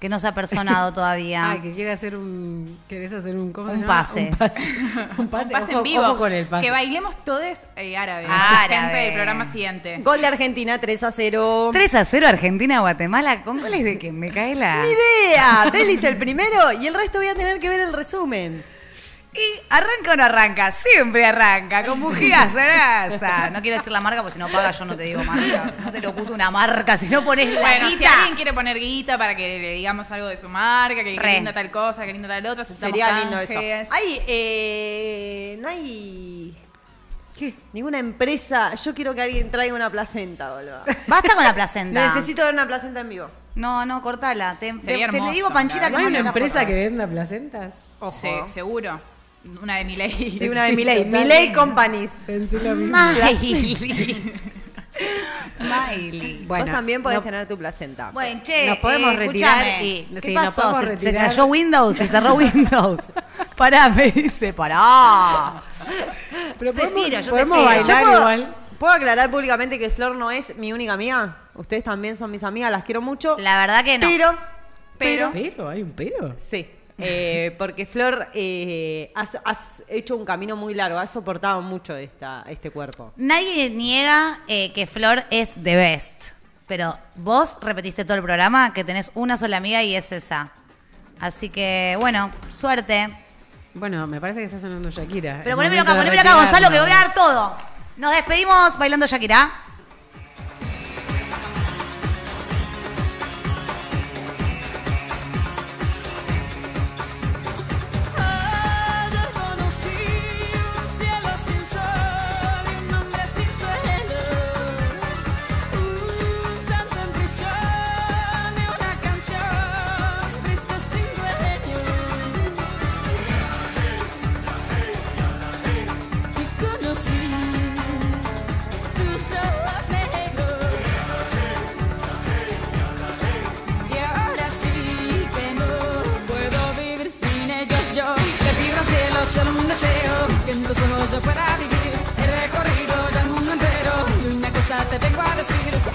[SPEAKER 4] que no se ha personado todavía?
[SPEAKER 2] Ah, que quiere hacer un. ¿Querés hacer un. ¿cómo se
[SPEAKER 4] Un
[SPEAKER 2] llama?
[SPEAKER 4] pase. (laughs)
[SPEAKER 2] Un pase, un pase,
[SPEAKER 1] Un pase
[SPEAKER 2] ojo-
[SPEAKER 1] en vivo.
[SPEAKER 2] ojo con el pase.
[SPEAKER 1] Que bailemos todos eh, árabe.
[SPEAKER 4] Árabe.
[SPEAKER 1] Gente del programa siguiente.
[SPEAKER 3] Gol de Argentina 3 a 0.
[SPEAKER 4] 3 a 0 Argentina Guatemala con goles de que me cae la
[SPEAKER 3] idea. Delis el primero y el resto voy a tener que ver el resumen.
[SPEAKER 4] y arranca o no arranca, siempre arranca con
[SPEAKER 2] (laughs)
[SPEAKER 4] bujías grasa. No quiero decir la marca porque si no paga yo no te digo marca. No te lo locuto una marca si no pones la
[SPEAKER 1] Bueno, si
[SPEAKER 4] guita.
[SPEAKER 1] alguien quiere poner guita para que le digamos algo de su marca, que, que
[SPEAKER 4] Re.
[SPEAKER 1] linda tal cosa, que linda tal otra, se
[SPEAKER 3] Sería lindo eso. Hay, eh, no hay ninguna empresa. Yo quiero que alguien traiga una
[SPEAKER 4] (laughs)
[SPEAKER 3] placenta, boludo.
[SPEAKER 4] Basta con la placenta.
[SPEAKER 3] Necesito ver una placenta en vivo.
[SPEAKER 4] No, no, cortala. Te, te- te
[SPEAKER 1] hermoso,
[SPEAKER 4] le digo Panchita que
[SPEAKER 2] ¿No hay
[SPEAKER 4] mande
[SPEAKER 2] una
[SPEAKER 4] la
[SPEAKER 2] empresa
[SPEAKER 4] foto.
[SPEAKER 2] que venda placentas?
[SPEAKER 3] Ojo.
[SPEAKER 1] seguro. Una de mi ley. (laughs)
[SPEAKER 3] Sí, una de Miley.
[SPEAKER 2] total.
[SPEAKER 3] Miley Companies.
[SPEAKER 2] Pensé lo mismo.
[SPEAKER 4] Miley. Miley.
[SPEAKER 2] Bueno,
[SPEAKER 3] Vos también podés
[SPEAKER 2] no-
[SPEAKER 3] tener tu placenta.
[SPEAKER 4] (laughs) Bueno, che,
[SPEAKER 2] Nos podemos
[SPEAKER 4] eh,
[SPEAKER 2] retirar
[SPEAKER 4] escuchame.
[SPEAKER 2] y-
[SPEAKER 4] ¿Qué
[SPEAKER 2] sí, nos
[SPEAKER 4] pasó?
[SPEAKER 2] podemos
[SPEAKER 4] se, se
[SPEAKER 2] retirar.
[SPEAKER 4] cayó Windows, se cerró Windows.
[SPEAKER 2] (laughs)
[SPEAKER 4] Pará, me dice, pará.
[SPEAKER 2] Pero
[SPEAKER 4] Yo te
[SPEAKER 2] podemos-
[SPEAKER 4] estiro, yo te
[SPEAKER 2] podemos
[SPEAKER 4] estiro.
[SPEAKER 3] Yo
[SPEAKER 2] bailar
[SPEAKER 3] puedo-
[SPEAKER 2] igual.
[SPEAKER 3] ¿Puedo aclarar públicamente que Flor no es mi única amiga? Ustedes también son mis amigas, las quiero mucho.
[SPEAKER 4] La verdad que no.
[SPEAKER 3] Pero,
[SPEAKER 1] Pero-
[SPEAKER 2] Pero, hay un pero.
[SPEAKER 3] Sí, eh, porque Flor, eh, has, has hecho un camino muy largo, has soportado mucho esta, este cuerpo.
[SPEAKER 4] Nadie niega eh, que Flor es the best. Pero vos repetiste todo el programa que tenés una sola amiga y es esa. Así que, bueno, suerte.
[SPEAKER 2] Bueno, me parece que está sonando Shakira.
[SPEAKER 4] Pero
[SPEAKER 2] Es
[SPEAKER 4] ponémelo acá,
[SPEAKER 2] momento de
[SPEAKER 4] ponémelo acá, Gonzalo, que voy a dar
[SPEAKER 2] retirarnos.
[SPEAKER 4] todo. Nos despedimos bailando Shakira.
[SPEAKER 11] Ayer conocí
[SPEAKER 2] que no solo se pueda vivir. He recorrido ya el mundo entero y una cosa te tengo a decir.